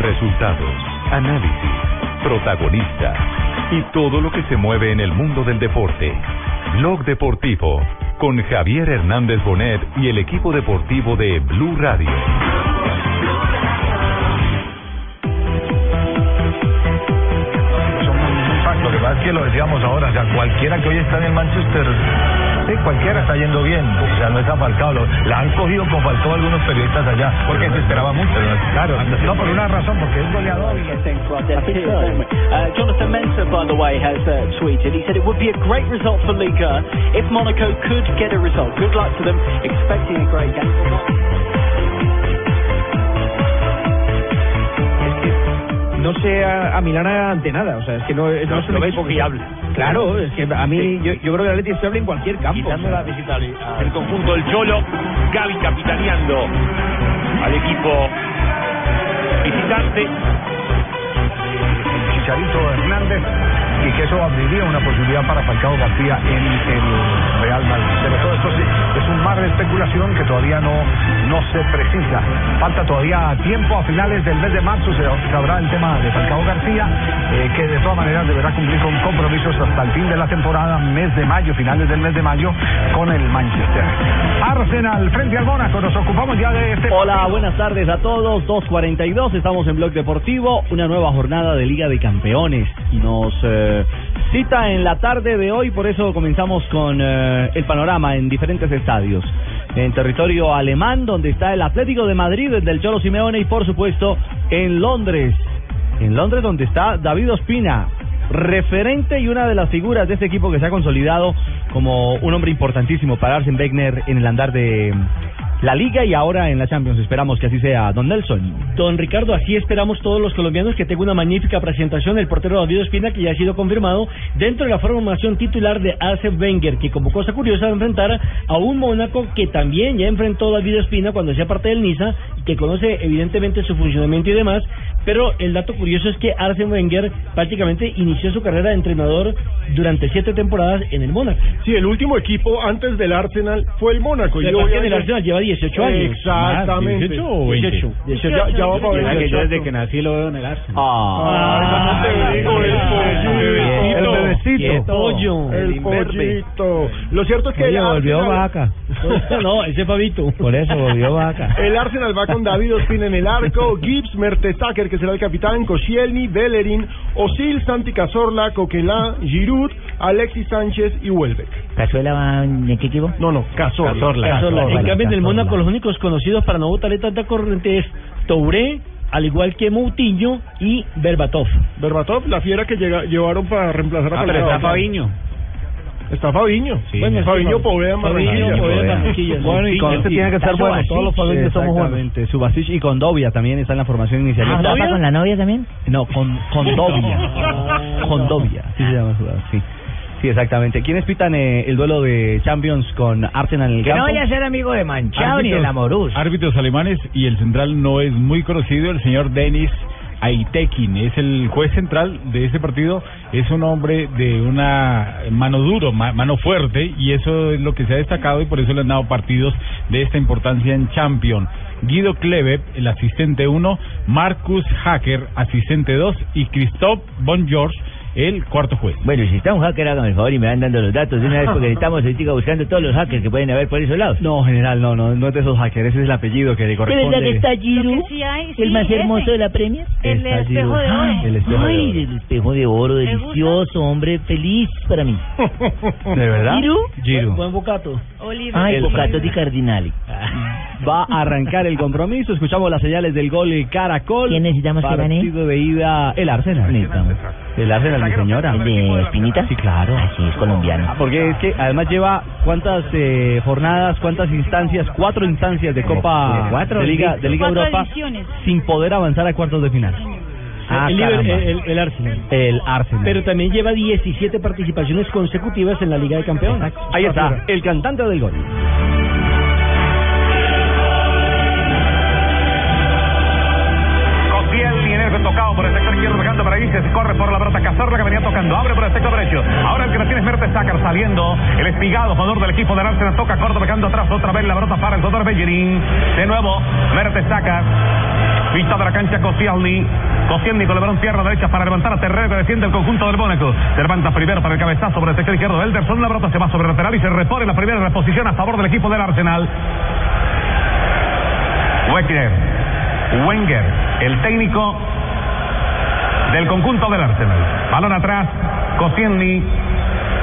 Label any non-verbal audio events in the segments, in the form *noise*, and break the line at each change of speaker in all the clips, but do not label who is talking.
Resultados, análisis, protagonistas y todo lo que se mueve en el mundo del deporte. Blog Deportivo con Javier Hernández Bonet y el equipo deportivo de Blue Radio.
Ah, Lo que pasa es que lo decíamos ahora, o sea, cualquiera que hoy está en el Manchester, sí, cualquiera está yendo bien, o sea, no está Falcao, lo- la han cogido con Falcao algunos periodistas allá, porque se esperaba mucho. Claro, no por una razón, porque es goleador.
Thing for our deputy appointment. Uh, Jonathan Mensah, by the way, has uh, tweeted. He said it would be a great result for Ligue 1 if Monaco could get a result. Good luck to them. Expecting a great game.
no se a- amilana ante nada. O sea, es que no, no es un
lo ves
equipo que-
fiable.
Claro, es que a mí,
Sí.
yo, yo creo que el Atleti es fiable en cualquier campo.
Quitando
o sea.
la visita al- eh, al- el conjunto del Cholo, Gaby capitaneando al equipo visitante.
Chicharito Hernández y que eso abriría una posibilidad para Falcao García en el Real Madrid. Pero todo esto sí, es un mar de especulación que todavía no, no se precisa. Falta todavía tiempo, a finales del mes de marzo se sabrá el tema de Falcao García, eh, que de todas maneras deberá cumplir con compromisos hasta el fin de la temporada, mes de mayo, finales del mes de mayo, con el Manchester. Arsenal frente al Mónaco, nos ocupamos ya de este...
Hola, buenas tardes a todos. 2.42, estamos en Blog Deportivo, una nueva jornada de Liga de Campeones. Nos eh, cita en la tarde de hoy, por eso comenzamos con eh, el panorama en diferentes estadios. En territorio alemán, donde está el Atlético de Madrid, el del Cholo Simeone y por supuesto en Londres. En Londres, donde está David Ospina, referente y una de las figuras de este equipo que se ha consolidado como un hombre importantísimo para Arsen Wenger en el andar de la liga y ahora en la Champions. Esperamos que así sea, don Nelson.
Don Ricardo, así esperamos todos los colombianos que tenga una magnífica presentación el portero David Espina, que ya ha sido confirmado dentro de la formación titular de Arsene Wenger, que como cosa curiosa enfrentará a un Mónaco que también ya enfrentó a David Espina cuando hacía parte del Niza, y que conoce evidentemente su funcionamiento y demás, pero el dato curioso es que Arsene Wenger prácticamente inició su carrera de entrenador durante siete temporadas en el Mónaco.
Sí, el último equipo antes del Arsenal fue el Mónaco.
Sebastián del Arsenal lleva 18 años.
Exactamente.
18 o 20.
18.
Ya, ya va para ver.
que nací lo veo en el Arsenal.
Oh,
Ah, no te digo, el
El
pollito.
bebecito.
Pollo.
El pollito. Lo cierto es que el Arsenal, *laughs*
vaca.
Este
No, ese Fabito.
Por eso volvió vaca.
el Arsenal va con David Ospina en el arco, Gibbs, Mertesacker, que será el capitán, Koscielny, Bellerin, Osil, Santi Cazorla, Coquelin, Giroud, Alexis Sánchez y Welbeck.
¿Cazuela va en qué equipo?
No, no, Cazorla.
Cazorla.
Cazorla.
En cambio, en el
Cazorla.
Mónaco los únicos conocidos para no botarle tanta corriente es Touré, al igual que Moutinho y Berbatov.
Berbatov, la fiera que llega- llevaron para reemplazar a Falcao. Está Fabiño. bueno, Fabiño Poveda
Fabiño, Poveda,
Marranquilla.
Barranquilla,
Bueno, y
Moutinho.
con este tiene que estar bueno. Todos los favoritos somos buenos. Subasic y Condovia también están en la formación inicial.
Ah, ¿Condovia?
con la novia también? No, con *laughs* Condovia. *laughs* Condovia. Sí, se llama el jugador, sí. Sí, exactamente. ¿Quiénes pitan eh, el duelo de Champions con Arsenal en el campo?
ser amigo de Manchado
Árbitros- Árbitros alemanes y el central no es muy conocido, el señor Denis Aitekin. Es el juez central de este partido. Es un hombre de una mano duro, ma- mano fuerte, y eso es lo que se ha destacado y por eso le han dado partidos de esta importancia en Champions. Guido Klebe, el asistente 1, Marcus Hacker, asistente 2, y Christoph Bon George, el cuarto juez.
Bueno, si está un hacker, hágame el favor y me van dando los datos de una vez porque estamos ahorita buscando todos los hackers que pueden haber por esos lados. No, general, no, no, no es de esos hackers, ese es el apellido que le corresponde.
Lo que sí hay, sí, ese.
la Premier.
El
Está
espejo
Giroud.
Ah,
de oro.
Ay, Ah, El espejo de oro. el espejo de oro,
gusta? delicioso,
hombre, feliz
*laughs*
para mí. ¿De verdad?
Giroud.
Buen bocato.
Oliver.
Cardinali. Va a arrancar el compromiso. Escuchamos las señales del gol y Caracol.
¿Quién necesitamos que gane?
Partido de ida. El Arsenal. El Arsenal, mi señora.
¿El de Espinita?
Sí, claro.
Ah, sí, es colombiano.
Porque es que además lleva cuántas eh, jornadas, cuántas instancias, cuatro instancias de Copa
Cuatro,
de Liga, de Liga
Cuatro
Europa
ediciones.
sin poder avanzar a cuartos de final. Ah,
el,
caramba.
el- el- el Arsenal.
El Arsenal.
Pero también lleva 17 participaciones consecutivas en la Liga de Campeones.
Ahí está, el cantante del gol.
Cosiel y en ese tocado por el sector izquierdo, dejando para Guille, se corre por la brota, Cazorla que venía tocando, abre por el sector derecho. Ahora el que la tiene es Mertes Sácar, sale.
saliendo el espigado jugador del equipo de Arsenal. Toca corto, pegando atrás otra vez la brota para el jugador Bellerín. De nuevo, Mertes saca. Vista de la cancha Koscielny. Koscielny con el balón pierna derecha para levantar a Terrero que defiende el conjunto del Mónaco. Se levanta primero para el cabezazo sobre el sector izquierdo. Elderson, la brota se va sobre el lateral y se repone la primera reposición a favor del equipo del Arsenal. Wenger, Wenger, el técnico del conjunto del Arsenal. Balón atrás, Koscielny,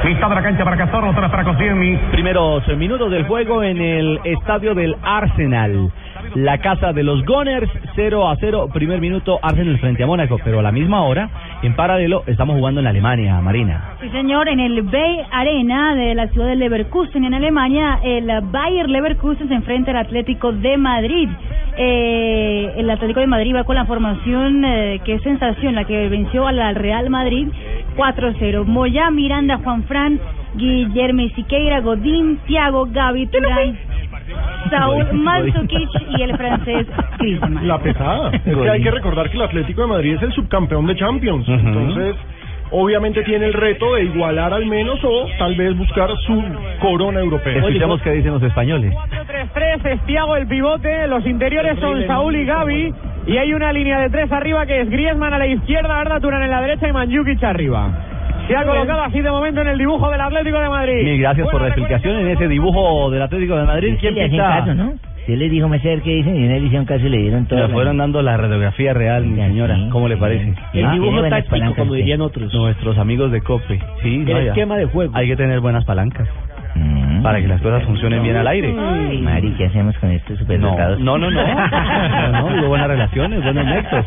mitad de la cancha para Cazorro, otra para Koscielny.
Primeros minutos del juego en el estadio del Arsenal. La casa de los Gunners, 0 a 0, primer minuto Arsenal frente a Mónaco, pero a la misma hora, en paralelo, estamos jugando en Alemania, Marina.
Sí, señor, en el Bay Arena de la ciudad de Leverkusen, en Alemania, el Bayer Leverkusen se enfrenta al Atlético de Madrid. Eh, el Atlético de Madrid va con la formación eh, que es sensación, la que venció a la Real Madrid 4-0. Moya, Miranda, Juan Fran, Guillermo Siqueira, Godín, Thiago, Gaby, Turán, Saúl Mandzukic y el francés Griezmann.
*laughs* La pesada. Es que hay que recordar que el Atlético de Madrid es el subcampeón de Champions. Entonces, obviamente tiene el reto de igualar al menos o tal vez buscar su corona europea.
Escuchamos qué dicen los españoles.
3-3, es Thiago el pivote, los interiores son Saúl y Gaby y hay una línea de tres arriba que es Griezmann a la izquierda, Arda Turán en la derecha y Manjukic arriba. Se ha colocado así de momento en el dibujo del Atlético de Madrid.
Mil gracias por la explicación en ese dibujo del Atlético de Madrid. ¿Quién
le hacen
piensa?
caso, ¿no? Yo les dijo Mercedes que dicen y en él hicieron caso y le dieron todo.
Le fueron dando la radiografía real, mi señora. ¿Cómo le parece? Ah,
El dibujo
Tiene buenas
táctico,
palancas,
como
sí.
dirían
otros. Nuestros amigos de COPE. Sí,
El
no, ya.
esquema de juego. Mm.
Hay que tener buenas palancas para que las cosas funcionen bien al aire.
Ay, Mari, ¿qué hacemos con estos
No,
supermercados?
no,
*laughs*
no, no. No, no, digo, buenas relaciones, buenos nexos.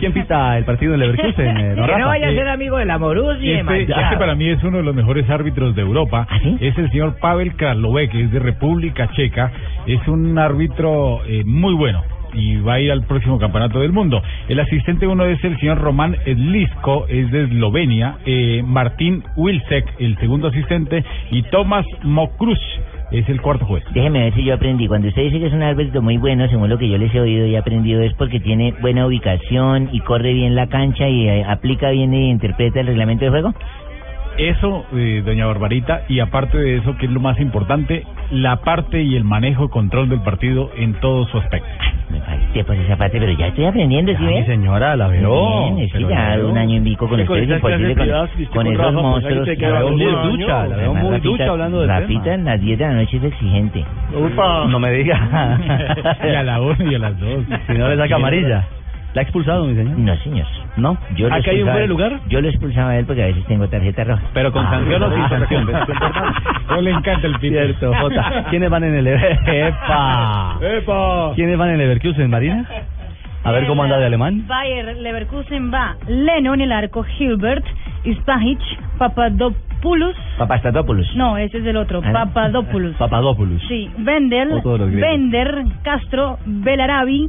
¿Quién pita el partido en Leverkusen? eh,
*laughs*
don Rafa?
vaya a ser
amigo de la Morus
Y este, este para mí es uno de los mejores árbitros de Europa. Es el señor Pavel Karlovec, que es de República Checa. Es un árbitro eh, muy bueno y va a ir al próximo campeonato del mundo. El asistente uno es el señor Román Edlisko, es de Eslovenia. Eh, Martín Wilsek, el segundo asistente. Y Tomás Mokrush, es el cuarto juez.
Déjeme ver si yo aprendí. Cuando usted dice que es un árbitro muy bueno, según lo que yo les he oído y he aprendido, es porque tiene buena ubicación y corre bien la cancha y eh, aplica bien e interpreta el reglamento de juego.
Eso, eh, doña Barbarita, y aparte de eso, que es lo más importante, la parte y el manejo y control del partido en todo su aspecto.
Sí, pues esa parte, pero ya estoy aprendiendo, ¿sí
Ya,
ves?
mi señora, la
Ah, veo,
Bien, es que
pero
ya
la veo.
un año en Vico con
Sí, con
ustedes,
esas
imposible
clases
con,
privadas que
con
con
esos
Rafa, pues ahí
monstruos.
te queda La veo muy un año. ducha, la veo
Además,
muy
Rafita-
ducha hablando del
Rafita
tema.
en las 10 de la noche es
*laughs*
exigente.
No me diga.
*laughs* y a la una y a las dos.
Si no le saca amarilla. ¿La ha expulsado, mi señor?
No, señor. No, yo lo
¿Acá hay
expulsaba
un fuera de
a él.
lugar?
Yo lo expulsaba a él porque a veces tengo tarjeta roja. Ah,
Pero con
*laughs*
sanción o sin sanción. ¿ves? Es importante.
No le encanta el pito.
Cierto, Jota. ¿Quiénes van en el
*laughs*
¡Epa!
¡Epa!
¿Quiénes van en Leverkusen, Marina? A ver cómo anda de alemán.
Bayer Leverkusen va Leno en el arco, Hilbert, Spahic, Papadopoulos.
Papastatopoulos.
No, ese es el otro,
Ah.
Papadopoulos.
Papadopoulos.
Sí, Vendel,
Otro de los griegos.
Bender, Castro, Belarabi,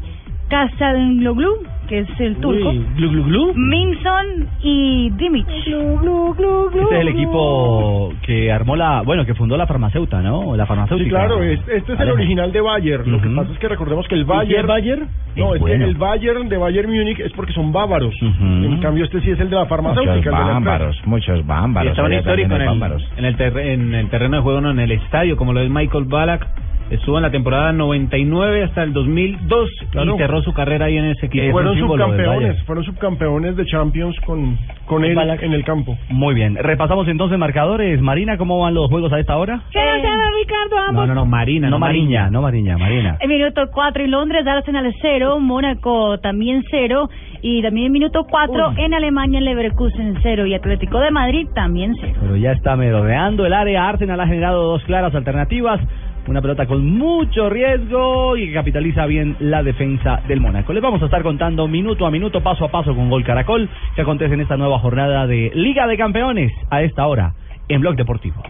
Casalgloglu, que es el turco,
¿Glu, glu, glu?
Minson y Dimich.
Este es el equipo que armó la, bueno, que fundó la farmacéutica, ¿no? La farmacéutica.
Sí, claro, es- este es el
Alemán.
original de Bayer. Lo que
Ujú.
pasa es que recordemos que el
¿Y
Bayer.
el Bayer?
No,
Es
es que
bueno.
el Bayern de Bayern Múnich es porque son bávaros. En cambio, este sí es el de la farmacéutica. el de la empresa.
muchos bámbaros.
Estaba
allá también
histórico
hay
en el,
bámbaros.
en, el terre- en el terreno de juego, no en el estadio, como lo es Michael Ballack. Estuvo en la temporada 99 hasta el 2002
Claro.
y cerró su carrera ahí en ese equipo.
Y
Es
fueron
un símbolo del
subcampeones,
Bayern.
fueron subcampeones de Champions con, con él en el campo.
Muy bien. Repasamos entonces marcadores. Marina, ¿cómo van los juegos a esta hora?
¿Qué va Ricardo?
No, no, no, Marina. Eh.
No, Mariña, no Mariña, Marina.
En minuto 4 en Londres, Arsenal 0, Mónaco también 0 y también en minuto 4 en Alemania, Leverkusen 0 y Atlético de Madrid también 0.
Pero ya está merodeando el área. Arsenal ha generado dos claras alternativas. Una pelota con mucho riesgo y que capitaliza bien la defensa del Mónaco. Les vamos a estar contando minuto a minuto, paso a paso con Gol Caracol, que acontece en esta nueva jornada de Liga de Campeones a esta hora en Blog Deportivo.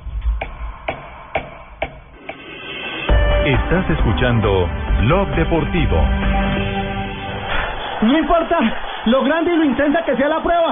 Estás escuchando Blog Deportivo.
No importa lo grande y lo intensa que sea la prueba.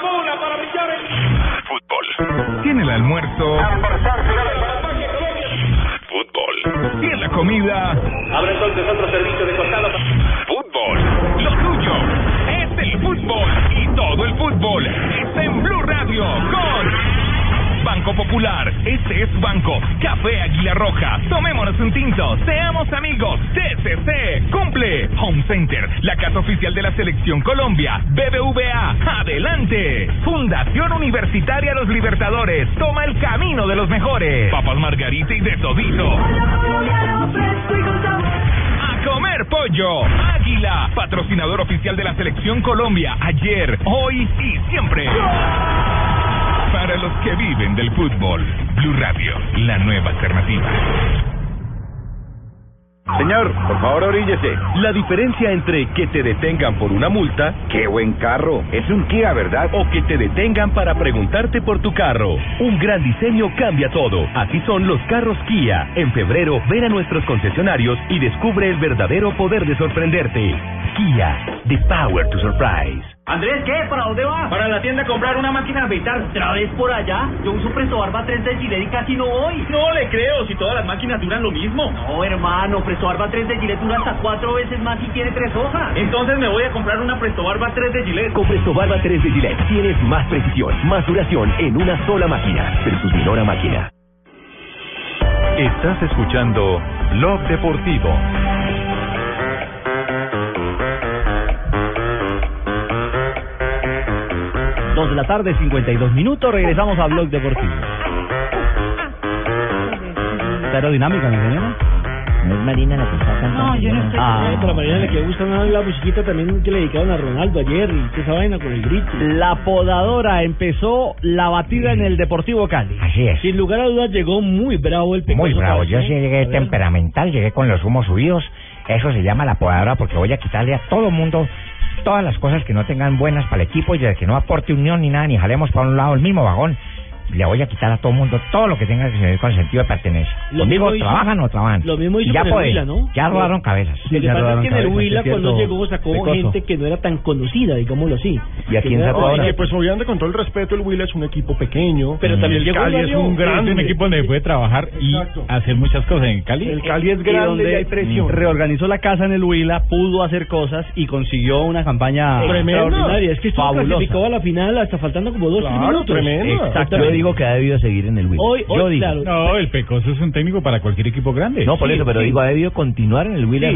bola para
fútbol. Tiene el almuerzo, fútbol. Tiene la comida,
Abre entonces otro servicio de costado.
fútbol. Lo tuyo es el fútbol y todo el fútbol está en Blue Radio con Banco Popular. Este es Banco Café Águila Roja. Tomémonos un tinto. Seamos amigos. TCC. Cumple. Home Center. La casa oficial de la Selección Colombia. BBVA. Adelante. Fundación Universitaria Los Libertadores. Toma el camino de los mejores. Papas Margarita y de Todito. A comer pollo. Águila, patrocinador oficial de la selección Colombia, ayer, hoy y siempre. Para los que viven del fútbol, Blue Radio, la nueva alternativa.
Señor, por favor, oríllese. La diferencia entre que te detengan por una multa, qué buen carro, es un Kia, ¿verdad? O que te detengan para preguntarte por tu carro. Un gran diseño cambia todo. Así son los carros Kia. En febrero, ven a nuestros concesionarios y descubre el verdadero poder de sorprenderte. Kia, the power to surprise.
Andrés, ¿qué? ¿Para dónde va? Para la tienda a comprar una máquina de afeitar. ¿Otra vez por allá? Yo uso Presto Barba 3 de Gillette y casi no voy. No le creo, si todas las máquinas duran lo mismo. No, hermano, Presto Barba 3 de Gillette dura hasta cuatro veces más y tiene tres hojas. Entonces me voy a comprar una Presto Barba 3 de Gillette.
Con Presto Barba 3 de Gillette tienes más precisión, más duración en una sola máquina versus menor a máquina.
Estás escuchando Blog Deportivo.
Dos de la tarde, 52 minutos. Regresamos a Blog Deportivo. ¿Está aerodinámica, mi señora?
No es Marina la que está cantando.
No, yo no estoy-
Ah.
Pero a Mariana le quedó gustando la musiquita también que le dedicaron a Ronaldo ayer y toda esa vaina con el grito.
La podadora empezó la batida en el Deportivo Cali.
Así es.
Sin lugar a dudas llegó muy bravo el
Muy
Pecoso
bravo, yo
Cabezón.
sí llegué temperamental, llegué con los humos subidos. Eso se llama la podadora porque voy a quitarle a todo mundo todas las cosas que no tengan buenas para el equipo y de que no aporte unión ni nada, ni jalemos para un lado el mismo vagón. Le voy a quitar a todo mundo todo lo que tenga que ver con sentido de pertenencia.
Lo
Conmigo
mismo hizo-
trabajan o no trabajan.
Lo mismo hizo
Y ya
con el
pueden,
Huila, ¿no?
Ya rodaron cabezas.
Lo que pasa es que en el Huila cuando llegó sacó gente que no era tan conocida, digámoslo así.
¿Y a
Que
quién
no era-
sacó ahora?
Oye, pues obviamente con todo el respeto, el Will es un equipo pequeño.
Pero también
el
llegó eh,
Cali es un grande.
un equipo donde puede trabajar y hacer muchas cosas en Cali.
El Cali es grande y hay presión.
Reorganizó la casa en el Huila, pudo hacer cosas y consiguió una campaña
Extraordinaria, es que estuvo
fabulosa. pues,
clasificado a la final hasta faltando como dos tres minutos.
Exacto.
Exactamente.
que ha debido seguir en el Huila.
Hoy- hoy,
Yo digo.
claro.
No, el Pecoso es un técnico para cualquier equipo grande.
No, por Sí, eso, pero sí. digo,
ha debido continuar en el
Sí, sí, lo
buena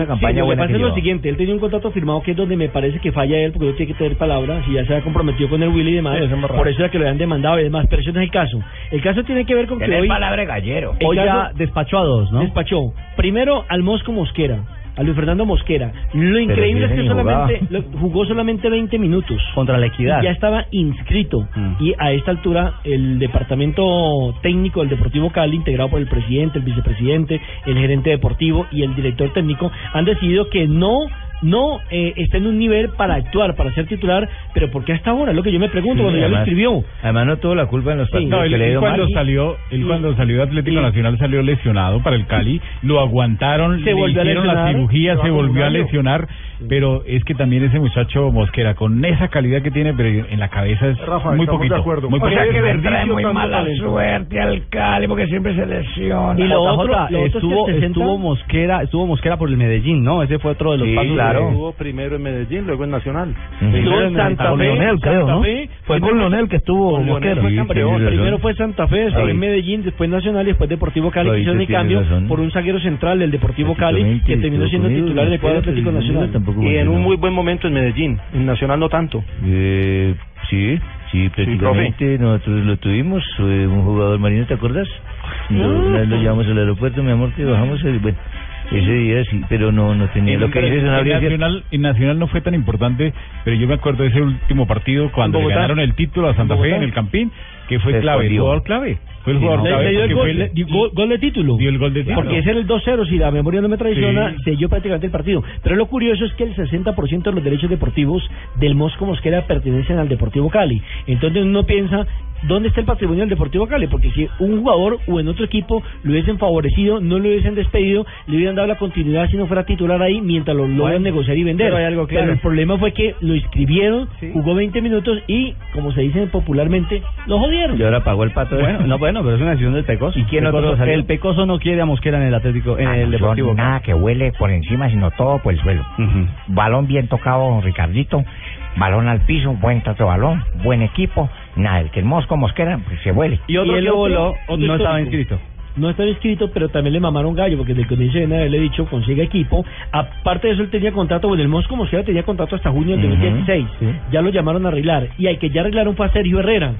que pasa es lo siguiente, él tenía un contrato firmado que es donde me parece que falla él, porque él tiene que tener palabras y ya se ha comprometido con el Willy y demás.
Sí, es embarrado.
por eso era que lo habían demandado y demás, pero eso no es el caso. El caso tiene que ver con que
Tener
hoy...
palabra de gallero.
El
Hoy ya
caso-
despachó a dos, ¿no?
Despachó. Primero al Mosco Mosquera, a Luis Fernando Mosquera. Lo increíble es
si ese
que
ni jugaba.
solamente lo- jugó solamente 20 minutos.
Contra la
Y
equidad.
ya estaba inscrito. Y a esta altura, el departamento técnico del Deportivo Cali, integrado por el presidente, el vicepresidente, el gerente deportivo y el director técnico, han decidido que no no eh, está en un nivel para actuar, para ser titular, pero ¿por qué hasta ahora? Es lo que yo me pregunto
Sí,
cuando ya lo
además-
escribió.
Además no tuvo la culpa en los
No, él, él cuando salió,
Mm.
él cuando salió de Atlético Nacional salió lesionado para el Cali, lo aguantaron,
Se
le
volvió a
hicieron la
lesionar,
cirugía,
se va
se
con
volvió
un
a
año. Mm.
lesionar, pero es que también ese muchacho Mosquera con esa calidad que tiene, pero en la cabeza es
Rafa,
muy
estamos
poquito,
de acuerdo.
muy
O sea,
poquito.
que Verdicio Trae muy tanto mala talento. suerte al Cali, porque siempre se lesiona.
Y lo
JJ,
otro, lo otro es que
estuvo-
el 60 estuvo Mosquera, estuvo Mosquera por el Medellín, ¿no? Ese fue otro de los
Sí,
pasos.
claro.
Estuvo
primero en Medellín, luego en Nacional.
Primero en Santa Fe, Santa Fe,
Fue
con Leonel
que estuvo
eh, Con Leonel fue campeón. Primero fue Santa Fe, después
Sí.
Medellín, después Nacional y después Deportivo Cali,
Lo
que hicieron el
dices,
cambio
tienes razón.
por un zaguero central del Deportivo Cali,
Exactamente,
que terminó siendo
Estados
titular del cuadro Atlético Nacional.
Y en un muy buen momento en Medellín, en Nacional no tanto.
Eh, sí, sí, prácticamente nosotros lo tuvimos, eh, un jugador marino, ¿te acuerdas? Lo, una vez lo llevamos al aeropuerto, mi amor, que bajamos, eh, bueno, ese día sí, pero no, no tenía lo que dice
en
Sanabria, es cierto.
Nacional, en Nacional no fue tan importante, pero yo me acuerdo de ese último partido cuando
En
le
Bogotá.
ganaron el título a Santa
En
Fe
Bogotá.
en el Campín, que fue
Se
clave,
escondió.
jugador clave. Fue el
Sí,
jugador
no,
clave
le dio el
porque
gol,
fue el-
le- dio gol- gol de título.
el gol de título.
Porque ese era el 2-0, si la memoria no me traiciona,
Sí.
selló prácticamente el partido. Pero lo curioso es que el 60% de los derechos deportivos del Mosco Mosquera pertenecen al Deportivo Cali. Entonces uno piensa, ¿dónde está el patrimonio del Deportivo Cali? Porque si un jugador o en otro equipo lo hubiesen favorecido, no lo hubiesen despedido, le hubieran dado la continuidad si no fuera titular ahí mientras lo logran negociar y vender.
pero hay algo claro.
el problema fue que lo inscribieron, jugó 20 minutos y, como se dice popularmente, lo jodieron.
Y ahora pagó el pato. Bueno, no, bueno, pero es una decisión del Pecoso. ¿Y
quién
otro salió?
El Pecoso no quiere a Mosquera en el Atlético, en
Ah,
el
no,
Deportivo.
yo Nada que huele por encima, sino todo por el suelo. Balón bien tocado, Ricardito. Balón al piso, buen trato de balón, buen equipo. Nada, el que el mosco mosquera pues, se huele.
el
el
No estaba inscrito, pero también le mamaron gallo, porque desde el comienzo de enero le he dicho, consigue equipo. Aparte de eso, él tenía contrato, bueno, el Mosco Mosquera tenía contrato hasta junio del
Ujú,
2016. Ya lo llamaron a arreglar. Y al que ya arreglaron fue a Sergio Herrera,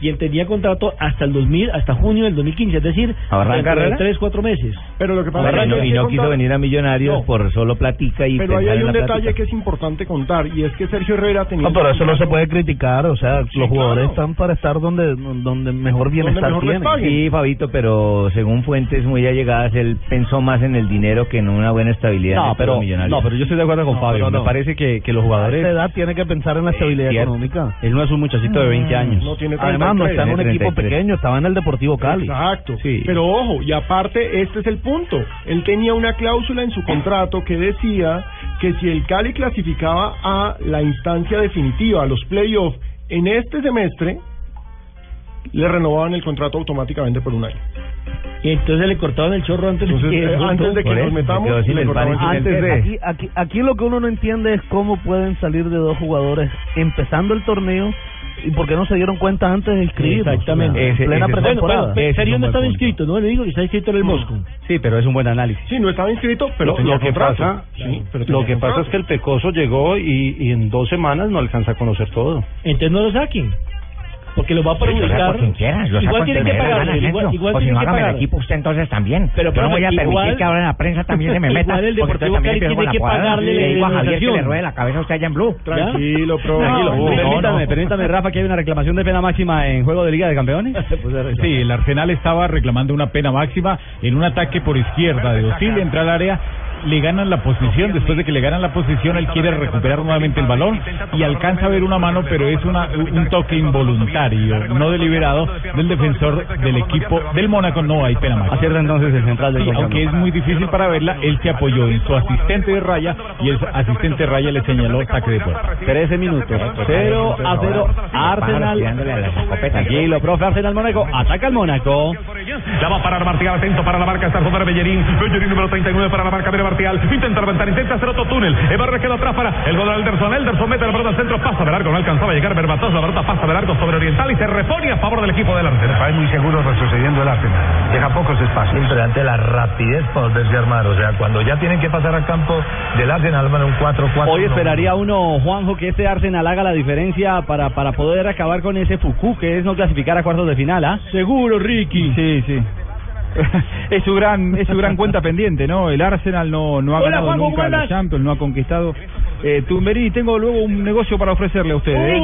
quien tenía contrato hasta el 2000, hasta junio del 2015, es decir,
¿Arranca
dentro de
Herrera?
tres, cuatro meses.
Pero lo que
Bueno, y no, y no quiso venir a Millonarios por solo platica y
Pero ahí
pensar
hay un
en la
detalle
platica.
que es importante contar y es que Sergio Herrera tenía.
No, pero eso no se
un
puede criticar, o sea, los jugadores están para estar donde donde mejor bienestar tienen.
Sí, Fabito, pero según fuentes muy allegadas, él pensó más en el dinero que en una buena estabilidad. en
No,
el
pero,
millonario.
no, pero yo estoy de acuerdo con
No,
Fabio.
pero no.
Me parece que, que los
A esta
jugadores. Eh,
edad tiene que pensar en la estabilidad
cierto.
económica.
Él no es un muchachito de 20 años.
No tiene Además, no
33.
está en un
Tiene
equipo
33.
pequeño, estaba en el Deportivo Cali.
Exacto. Pero ojo, y aparte, este es el punto. Él tenía una cláusula en su contrato que decía que si el Cali clasificaba a la instancia definitiva, a los playoffs, en este semestre, le renovaban el contrato automáticamente por un año.
Y entonces le cortaron el chorro antes
Entonces,
de que,
eh, antes de que
Por
nos
eso,
metamos,
se quedó sin
le
el pan y sin el
Antes de-
queso.
Aquí, aquí, aquí lo que uno no entiende es cómo pueden salir de dos jugadores empezando el torneo y por qué no se dieron cuenta antes de inscribirlos.
Exactamente.
O sea, en plena pretemporada.
Sergio no estaba inscrito, no le digo que está inscrito
Mm.
en el Mosco.
Sí, pero es un buen análisis.
Sí, no estaba inscrito,
Lo, lo que pasa,
sí,
lo que pasa es que el Pecoso llegó y, y en dos semanas no alcanza a conocer todo.
Entonces no lo saquen. Porque lo va a
Pues yo saco
perjudicar.
a quien quiera, yo saco
igual
a
tienen que
quien me dé la
pagar.
gana,
Igual,
Sergio.
igual
O si
tienen
no,
que
hágame el
pagar.
equipo usted entonces también.
Pero,
Yo no voy a
profe,
permitir
igual-
que ahora la prensa también se me meta.
Igual el
porque usted
Deportivo
también
Cali
empieza con
tiene
la
que
cuadrada.
pagarle
Le
la
digo a Javier que
indemnización.
le ruede la cabeza a usted allá en Blue.
Tranquilo,
profe.
Tranquilo.
No, no,
permítame,
no.
permítame, Rafa, que hay una reclamación de pena máxima en juego de Liga
*laughs*
de Campeones.
Sí, el Arsenal estaba reclamando una pena máxima en un ataque por izquierda de Osil, entra al área, le ganan la posición, después de que le ganan la posición, él quiere recuperar nuevamente el balón y alcanza a ver una mano, pero es una, un toque involuntario, no deliberado, del defensor del equipo del Mónaco, no hay pena máxima.
Acierta entonces el central del
Sí,
Mónaco.
aunque es muy difícil para verla, él se apoyó en su asistente de raya y el asistente de raya le señaló saque de puerta.
13 minutos, 0 a 0 Arsenal. Tranquilo, profe, Arsenal Mónaco, ataca al Mónaco.
La va a parar Martial, atento para la marca, está el jugador Bellerín. Bellerín número 39 para la marca, viene Martial. Intenta levantar, intenta hacer otro túnel. El barrio quedó atrás para el jugador Elderson. Elderson mete la pelota al centro, pasa de largo, no alcanzaba a llegar Berbatov. La pelota pasa de largo sobre Oriental y se repone a favor del equipo del Arsenal.
Es muy seguro retrocediendo el Arsenal. Deja pocos espacios. Siempre ante la rapidez para volverse a armar. O sea, cuando ya tienen que pasar al campo del Arsenal, arman un 4-4.
Hoy esperaría uno, Juanjo, que este Arsenal haga la diferencia para, para poder acabar con ese Fuku, que es no clasificar a cuartos de final, ¿ah?
Seguro, Ricky.
Sí, sí.
*laughs* es su gran es su gran cuenta pendiente no el Arsenal no no ha
Hola,
ganado
Juanjo, ¿cómo
nunca la
andas?
Champions no ha conquistado eh, Tumberini tengo luego un negocio para ofrecerle a ustedes ¿eh?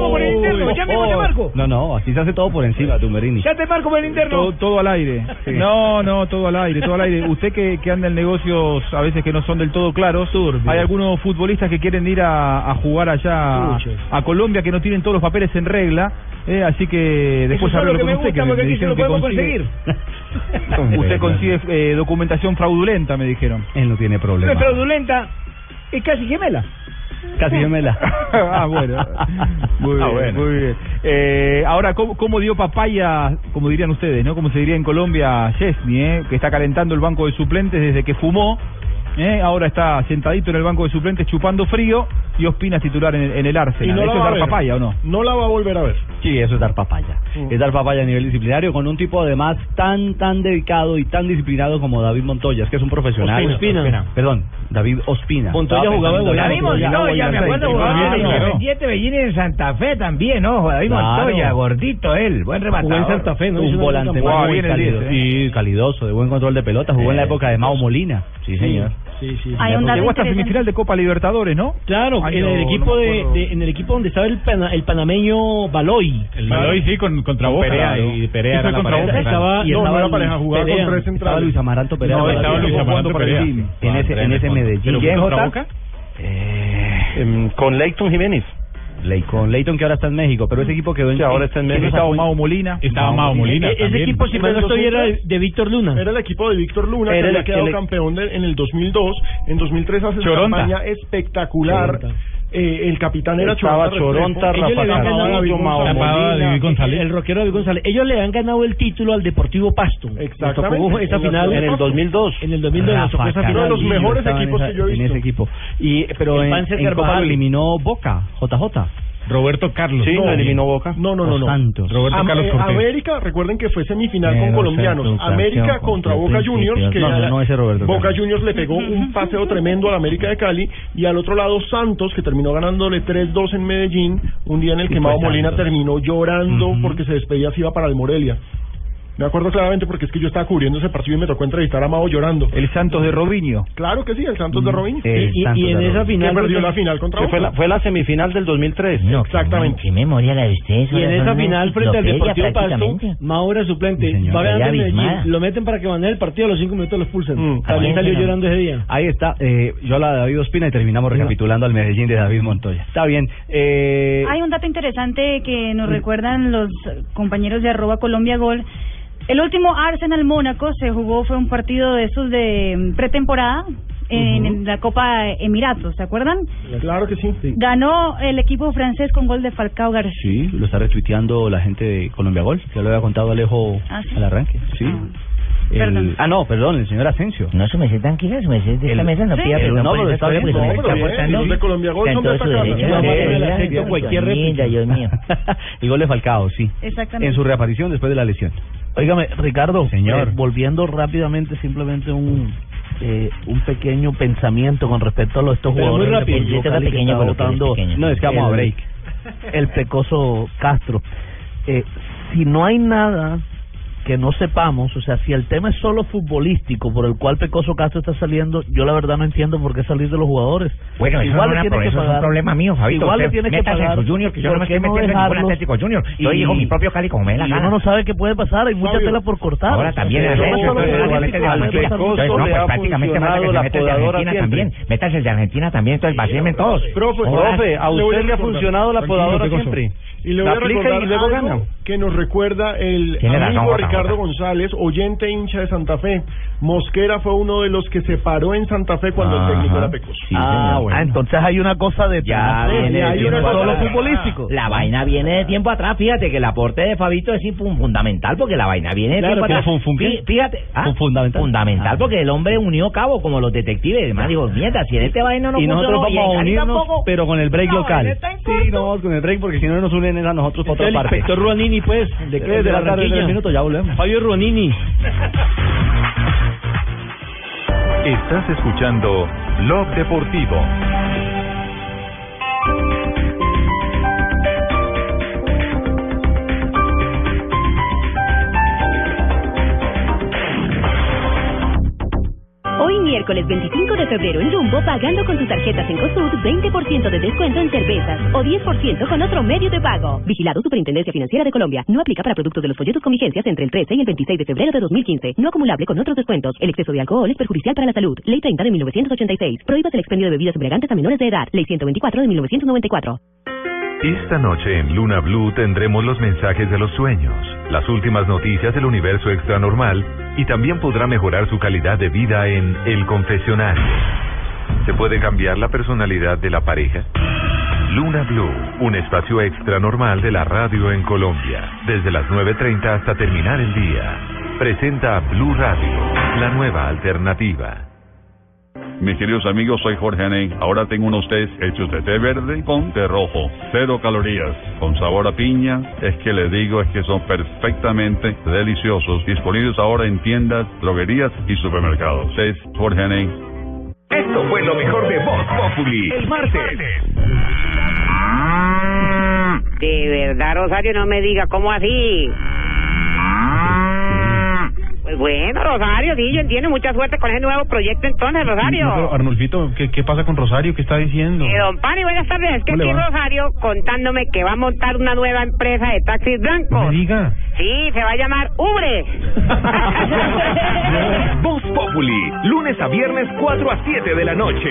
interno, ya mismo te marco.
No, no, así se hace todo por encima, Tumberini.
Ya te marco por el interno.
Todo, todo al *laughs* aire.
Sí.
No, no, todo al aire, todo al aire. Usted que, que anda en negocios a veces que no son del todo claros, hay algunos futbolistas que quieren ir a, a jugar allá a,
Muchos.
a Colombia que no tienen todos los papeles en regla, eh, así que después
Eso es
hablo
lo que
con
me
usted
gusta, porque
me
aquí se
dijeron
lo
que
podemos
consigue-
conseguir.
*laughs* Usted consigue eh, documentación fraudulenta, me dijeron.
Él no tiene problema.
Es fraudulenta. Es casi gemela.
Casi
*laughs*
gemela.
ah, bueno. Muy bien, Ah, bueno. muy bien. Eh, ahora, ¿cómo, cómo dio papaya, como dirían ustedes, no? Como se diría en Colombia, Chesney, eh, que está calentando el banco de suplentes desde que fumó. eh, ahora está sentadito en el banco de suplentes chupando frío y Ospina es titular en el, en el
Y no
Arsenal.
la
¿Eso es
va a
dar
ver.
papaya o no?
No la va a volver a ver. Mm.
Sí, eso es dar papaya. Es dar papaya a nivel disciplinario con un tipo además tan, tan dedicado y tan disciplinado como David Montoya, es que es un profesional.
Ospina. Ospina.
Perdón, David Ospina.
Montoya jugaba de volante. David
Montoya, Montoya,
Montoya, me acuerdo,
Montoya,
jugaba de
Montoya.
volante.
Siete Bellini en Santa Fe también, ojo, David
Claro.
Montoya, gordito él, buen rematador.
Jugó en Santa Fe, ¿no? Hizo Un una volante buena campaña. muy Jugaba bien el cálido. diez,
Sí,
calidoso, de buen control de pelota. Jugó en la época de Mao Molina. Sí, señor.
Sí, sí.
Llegó hasta semifinal de Copa Libertadores, ¿no?
Claro,
Ay,
en
no,
el
no
equipo
me
de,
acuerdo.
de- en el equipo donde estaba el pana- el panameño Baloy,
Baloy.
Baloy sí, con, contra Boca.
y Perea
Sí, fue
era la
contra
pareja.
Boca.
Estaba-
Y
no,
estaba
no era
Luis
pareja, jugaba
Perea.
con tres
Estaba
centrales.
Luis Amaranto Perea.
No, estaba Luis Amaranto Perea.
En ese, en ese Medellín.
¿Y en Jota?
Eh, em, con Leighton Jiménez. con Leighton que ahora está en México, pero ese equipo quedó en
ahora está en México.
Estaba
Estaba
Mao Molina. Estaba Mao
E-
también.
de Víctor Luna.
Era el equipo de Víctor Luna
Era
que
el
había quedado
que le-
campeón de- en el 2002. En 2003 hace una
Choronta.
campaña espectacular. Eh, el capitán era
Estaba
Choronta.
Choronta,
Restrepo.
Rafa
Ellos le habían
Cano,
ganado a David
Mao
González.
Molina.
David González.
El rockero David González. Ellos le han ganado el título al Deportivo Pasto. Exacto. Tocó esa final.
2002.
En el 2002. nos tocó esa
Rafa
final.
Carrillo estaba en esa- En ese equipo. Y, pero
El
en,
Panzer
en Copa
Carvajal.
lo eliminó Boca, JJ.
Roberto Carlos.
No. No, no, no.
Los
no.
Santos.
Ah,
Am- eh, América, recuerden que fue semifinal con
Pero
colombianos.
Santos,
América
campeón,
contra
campeón,
Boca
sí,
Juniors.
sí,
Que
no, no, no, ese Roberto
Boca
Carlos.
Juniors le pegó un paseo tremendo al América de Cali. Y al otro lado, Santos, que terminó ganándole 3-2 en Medellín. Un día en el que
Sí,
Mao
fue
Molina
Santos.
terminó llorando porque se despedía si iba para el Morelia. Me acuerdo claramente porque es que yo estaba cubriendo ese partido y me tocó entrevistar a Mao llorando.
El Santos de Robinho.
Claro que sí, el Santos de
Mm,
Robinho.
El
Y- y-
Santos
y en
de
esa
Robinho.
final pues, que perdió la final contra
Que fue
Boca.
la, fue la semifinal del 2003.
Exactamente. Qué memoria la de ustedes.
Y en
ahora
esa
son
final
una
frente al
enciclopedia
Deportivo Pasto,
prácticamente.
Mao era suplente. Va
Había
ganando Medellín,
abismada.
Lo meten para que van el partido, a los cinco minutos lo
Mm,
expulsan. También
Ahí
salió
está.
llorando ese día.
Ahí está, eh, yo hablaba de David Ospina y terminamos recapitulando al Medellín de David Montoya. Está bien. Eh,
Hay un dato interesante que nos recuerdan los compañeros de arroba Colombia Gol. El último Arsenal Mónaco se jugó, fue un partido de esos de mm, pretemporada en, en la Copa Emiratos, ¿se acuerdan?
Claro que sí.
Ganó el equipo francés con gol de Falcao García.
Sí, lo está retuiteando la gente de Colombia Gol. Ya lo había contado Alejo
Ah, sí.
al arranque. Sí. El-
Perdón.
ah, no, perdón, el señor Asensio.
No, su merced tranquila, su merced pues, de esta
El-
mesa no
Sí.
pida
Pero
perdón
no,
por
pero
esas
está
cosas,
bien,
porque
no,
nos está
pero bien,
aportando.
los de Colombia Gol
Está en
son
todo
de
su
esta
derecho,
casa.
la
Sí,
verdad,
el
la
acento,
verdad,
cualquier
Dios mío, Dios mío.
*laughs* El gol de Falcao, sí.
Exactamente.
En su reaparición después de la lesión.
Óigame, Ricardo,
Señor.
eh, volviendo rápidamente, simplemente un eh, un pequeño pensamiento con respecto a los estos
Pero muy
jugadores. de
rápido.
Deportivo
Yo creo que
Cali que
pequeño,
está
pero que es
votando
pequeño. No, es que vamos a
el-
break.
El
*laughs*
pecoso Castro. Eh, si no hay nada que no sepamos, o sea, si el tema es solo futbolístico por el cual Pecoso Castro está saliendo, yo la verdad no entiendo por qué salir de los jugadores.
Bueno, eso,
Igual
no
le
es una-
tiene que
eso es un
pagar-
problema mío, Fabito.
Igual le
Usted
tiene que
métase
pagar.
en su junior, que yo no me estoy
¿Por qué no
metiendo en ningún
dejarlos?
Atlético Junior. Yo
Y-
dirijo mi propio Cali como me dé la
y
gana.
uno no sabe qué puede pasar, hay mucha
Fabio,
tela por cortar.
Ahora también
Pero
Asensio,
no solo
entonces,
el
ahora métele de
Atlético
Argentina.
Pecoso
Entonces, no,
le
pues
ha
prácticamente falta que se
funcionado la
meta el de
podadora
Argentina
siempre.
también. Métase el de Argentina también, entonces vacíenme todos. Ahora-
Profe, a usted le ha funcionado la podadora siempre. Y le voy
La
a
aplica
recordar
y luego
algo
gana.
que nos recuerda el
Tiene razón,
amigo
Jota,
Ricardo
Jota.
González, oyente hincha de Santa Fe. Mosquera fue uno de los que se paró en Santa Fe cuando el técnico era Pecos.
ah, bueno. entonces hay una cosa de
Ya
Sí,
viene de
hay
tiempo
una cosa
atrás.
solo futbolístico.
La vaina viene de tiempo atrás. Fíjate que el aporte de Fabito es infun- fundamental porque la vaina viene de
Claro,
tiempo
que
atrás.
fun- fun- ¿qué?
Fí- Fíjate, ah,
Fun- fundamental.
fundamental
Ah.
porque el hombre unió cabo como los detectives. Además dijo, mierda, si en este vaina no
y nosotros
funcionó,
vamos a
en Cali
unirnos,
tampoco".
pero con el break
No, él
local.
está en este
Sí, no vamos con el break porque si no nos unen es a nosotros
Este
para otra
El
parte.
inspector Ruanini, pues. De,
Tres de la tarde,
Barranquilla.
tres minutos, ya volvemos.
Fabio Ruanini.
Estás escuchando Blog Deportivo.
Hoy miércoles 25 de febrero en Jumbo, pagando con tus tarjetas en COSUD, 20% de descuento en cervezas o 10% con otro medio de pago. Vigilado Superintendencia Financiera de Colombia. No aplica para productos de los folletos con vigencias entre el 13 y el 26 de febrero de 2015. No acumulable con otros descuentos. El exceso de alcohol es perjudicial para la salud. Ley 30 de 1986. Prohíbas el expendio de bebidas embriagantes a menores de edad. Ley 124 de 1994.
Esta noche en Luna Blue tendremos los mensajes de los sueños, las últimas noticias del universo extranormal y también podrá mejorar su calidad de vida en El Confesionario. ¿Se puede cambiar la personalidad de la pareja? Luna Blue, un espacio extranormal de la radio en Colombia, desde las 9.30 hasta terminar el día. Presenta Blue Radio, la nueva alternativa.
Mis queridos amigos, soy Jorge Anén. Ahora tengo unos test hechos de té verde con té rojo. Cero calorías, con sabor a piña. Es que les digo, es que son perfectamente deliciosos. Disponibles ahora en tiendas, droguerías y supermercados. Test Jorge Anén.
Esto fue lo mejor de Voz Populi. El martes.
De verdad, Rosario, no me diga, ¿cómo así? Pues Bueno, Rosario, sí, yo entiendo. Mucha suerte con ese nuevo proyecto entonces, Rosario.
No, pero, Arnulfito, ¿qué, ¿qué pasa con Rosario? ¿Qué está diciendo?
Eh, don Pani, buenas tardes. Es que
¿Cómo le
aquí
va?
Rosario contándome que va a montar una nueva empresa de taxis
No
blancos.
me diga.
Sí, se va a llamar Ubre.
Voz Populi, lunes a viernes 4 a 7 de la noche.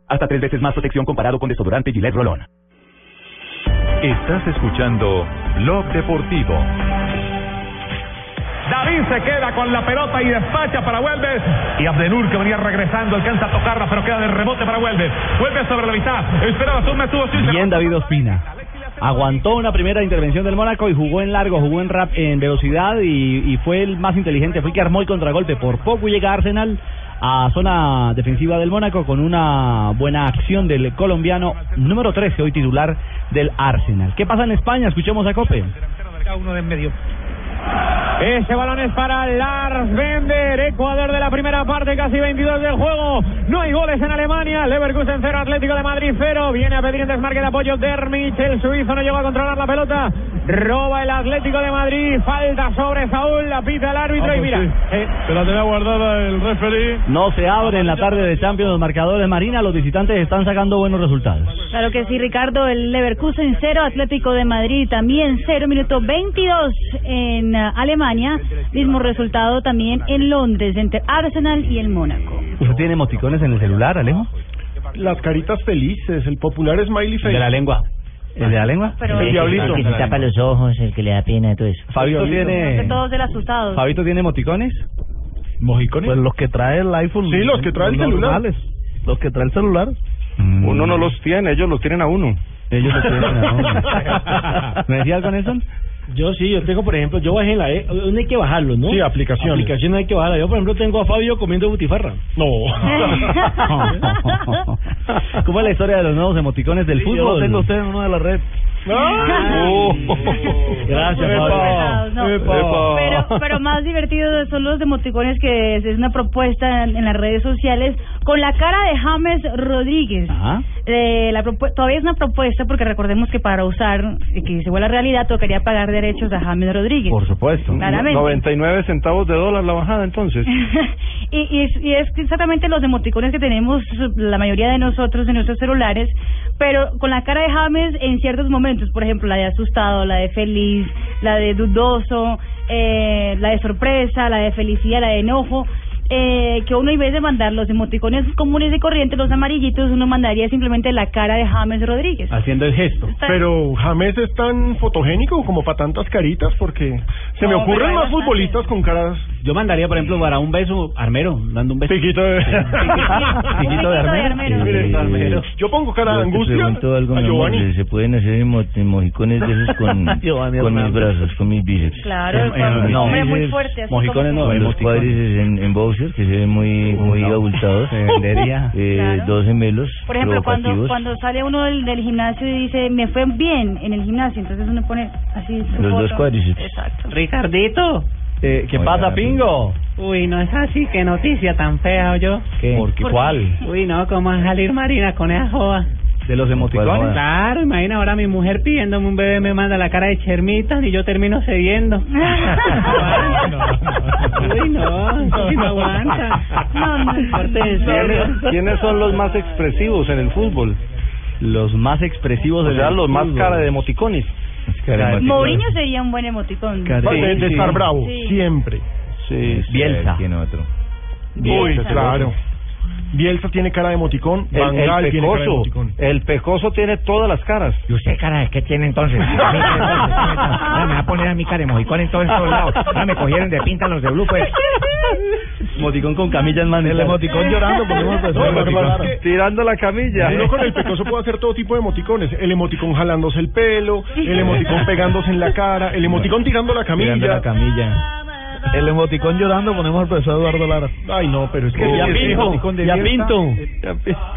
Hasta tres veces más protección comparado con desodorante Gillette Rolón.
Estás escuchando Blog Deportivo.
David se queda con la pelota y despacha para Huelves. Y Abdenur que venía regresando, alcanza a tocarla, pero queda de rebote para Huelves. Huelves sobre la mitad. Esperaba Zuma, estuvo Schütze.
Bien, David Ospina. Aguantó una primera intervención del Mónaco y jugó en largo, jugó en rap, en velocidad y, y fue el más inteligente. Fue el que armó el contragolpe. Por poco llega Arsenal a zona defensiva del Mónaco con una buena acción del colombiano número 13, hoy titular del Arsenal. ¿Qué pasa en España? Escuchemos a Cope.
uno de en medio. Ese balón es para Lars Bender, Ecuador de la primera parte, casi 22 del juego. No hay goles en Alemania. Leverkusen 0, Atlético de Madrid 0. Viene a pedir en desmarque de apoyo Dermich. El suizo no llegó a controlar la pelota. Roba el Atlético de Madrid. Falta sobre Saúl. La pita el
Ah,
árbitro
pues
y mira. eh,
Se la tenía guardada el referee. No se abre en la tarde de Champions los marcadores. Marina, los visitantes están sacando buenos resultados.
Claro que sí, Ricardo. El Leverkusen 0, Atlético de Madrid también 0, minuto 22 en ah, Alemania. Mismo resultado también en Londres, entre Arsenal y el Mónaco.
¿Usted tiene emoticones en el celular, Alejo?
Las caritas felices, el popular smiley face.
de la lengua. ¿El
Ah.
de la lengua?
el diablito.
El que se tapa los ojos, el que le da pena, todo eso.
Fabio
Creo
tiene...
que Todos del asustado.
¿Fabito tiene emoticones?
¿Mojicones?
Pues los que trae el iPhone.
Sí, los que trae el celular.
normales, Los que trae el celular.
Uno no los tiene, ellos los tienen a uno.
Ellos los tienen a uno. ¿Me decía algo, Nelson?
Yo sí, yo tengo, por ejemplo, yo bajé la... E, no hay que bajarlo, ¿no? Sí, aplicaciones. Aplicaciones hay que bajarla. Yo, por ejemplo, tengo a Fabio comiendo butifarra. No.
¿Cómo es la historia de los nuevos emoticones del fútbol?
Yo lo tengo a usted en uno de la red.
Oh. Gracias, Fabio.
No,
Epa.
Pero, pero más divertidos son los emoticones que es, es una propuesta en, en las redes sociales con la cara de James Rodríguez. Eh, la propu- todavía es una propuesta porque recordemos que para usar y que se vuelva realidad tocaría pagar derechos a James Rodríguez.
Por supuesto.
Claramente.
99 centavos de dólar la bajada entonces.
*laughs* y, y, es- y es exactamente los emoticones que tenemos la mayoría de nosotros en nuestros celulares, pero con la cara de James en ciertos momentos, por ejemplo, la de asustado, la de feliz, la de dudoso, eh, la de sorpresa, la de felicidad, la de enojo. Eh, que uno en vez de mandar los emoticones comunes y corrientes, los amarillitos, uno mandaría simplemente la cara de James Rodríguez.
Haciendo el gesto. Pero James es tan fotogénico como para tantas caritas porque se me
No, pero
ocurren
hay
más futbolistas con caras.
Yo mandaría, por ejemplo, para un beso, armero, dando un beso.
Piquito de...
Piquito de armero.
Mire, Armero. Yo pongo cara de
Yo te
angustia
pregunto algo,
a
mi amor,
Giovanni.
¿Se pueden hacer emo- mojicones de esos con,
Giovanni
con mis
Hernández.
brazos, con mis bíceps? Em,
Claro,
Em,
cuando-
mis
eh,
hombre muy
bíceps,
fuerte, así Mojicones como- no,
con los
*laughs*
emoticones. cuádriceps en, en boxer, que se ven muy, muy abultados. vendería. Eh,
Claro.
Dos gemelos
Por ejemplo, cuando,
provocativos.
cuando sale uno del, del gimnasio y dice, me fue bien en el gimnasio, entonces uno pone así su
Los dos
foto.
cuádriceps.
Ricardito.
Eh, ¿Qué
Oiga,
pasa, Pingo?
*laughs* Uy, no es así, qué noticia tan fea, yo.
¿Qué? ¿Por qué? ¿Cuál?
Uy, no, ¿cómo va a salir Marina con esa joda?
¿De los emoticones?
Claro, imagina ahora mi mujer pidiéndome un bebé, me manda la cara de chermita y yo termino cediendo. Uy, no, sí, no aguanta. Corte, en serio.
¿Quiénes- ¿Quiénes son los más expresivos en el fútbol?
Los más expresivos
O
del
sea, los más
fútbol.
cara de emoticones.
Mourinho sería un buen emoticón.
De, de estar bravo,
Sí.
siempre.
Sí,
Bielsa.
Tiene otro.
Uy, claro. Bielsa tiene cara de emoticón,
El-
Van
el
Gaal tiene cara de
pecoso.
emoticón.
El pecoso tiene todas las caras.
¿Y usted cara de qué tiene entonces? A mí, ¿qué entonces tiene? Ah, me va a poner a mi cara de mojicón en todos todos lados. Ah, me cogieron de pinta los de Blue, pues.
Emoticón con camilla en mano. El
emoticón llorando, por ejemplo, es un emoticón.
Tirando la camilla.
Uno con el pecoso puede hacer todo tipo de emoticones. El emoticón jalándose el pelo, el emoticón pegándose en la cara, el emoticón tirando la camilla.
Tirando la
camilla.
El emoticón llorando ponemos al profesor Eduardo Lara.
Ay, no, pero es
que...
que-
Ya
el
pinto,
emoticón de
ya
Bielsa-
pinto.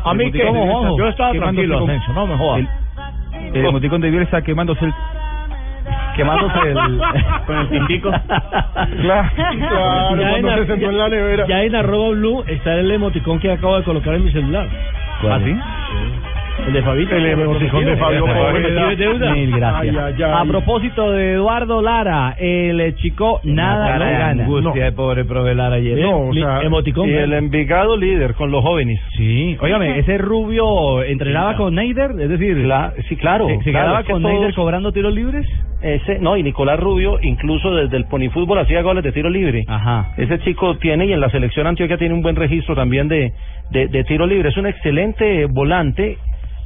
A mí que
Yo estaba tranquilo, Asensio,
no me jodas. El, el emoticón de Bielsa quemándose el
Quemándose
*laughs*
el-
con el
*laughs*
tintico.
Claro, claro, cuando se sentó en la nevera.
Ya en arroba blue está el emoticón que acabo de colocar en mi celular.
¿Cuál?
¿Ah, sí? El de Fabito.
El emoticón de Fabio Poveda.
¿Tiene deuda?
Mil gracias.
Ay, ay, ay.
A propósito de Eduardo Lara, el eh, chico nada
cara
lo
de
gana.
angustia de pobre prove Lara ayer.
No, o sea,
y el
Envigado líder con los jóvenes.
¿eh? Sí, óigame, ese rubio entrenaba con Neider, es decir,
sí, claro.
se, se
claro,
quedaba
es que
con
todos-
Neider cobrando tiros libres.
Ese, no, y Nicolás Rubio, incluso desde el ponifútbol, hacía goles de tiro libre.
Ajá.
Ese chico tiene, y en la selección antioquia tiene un buen registro también de, de, de tiro libre. Es un excelente volante.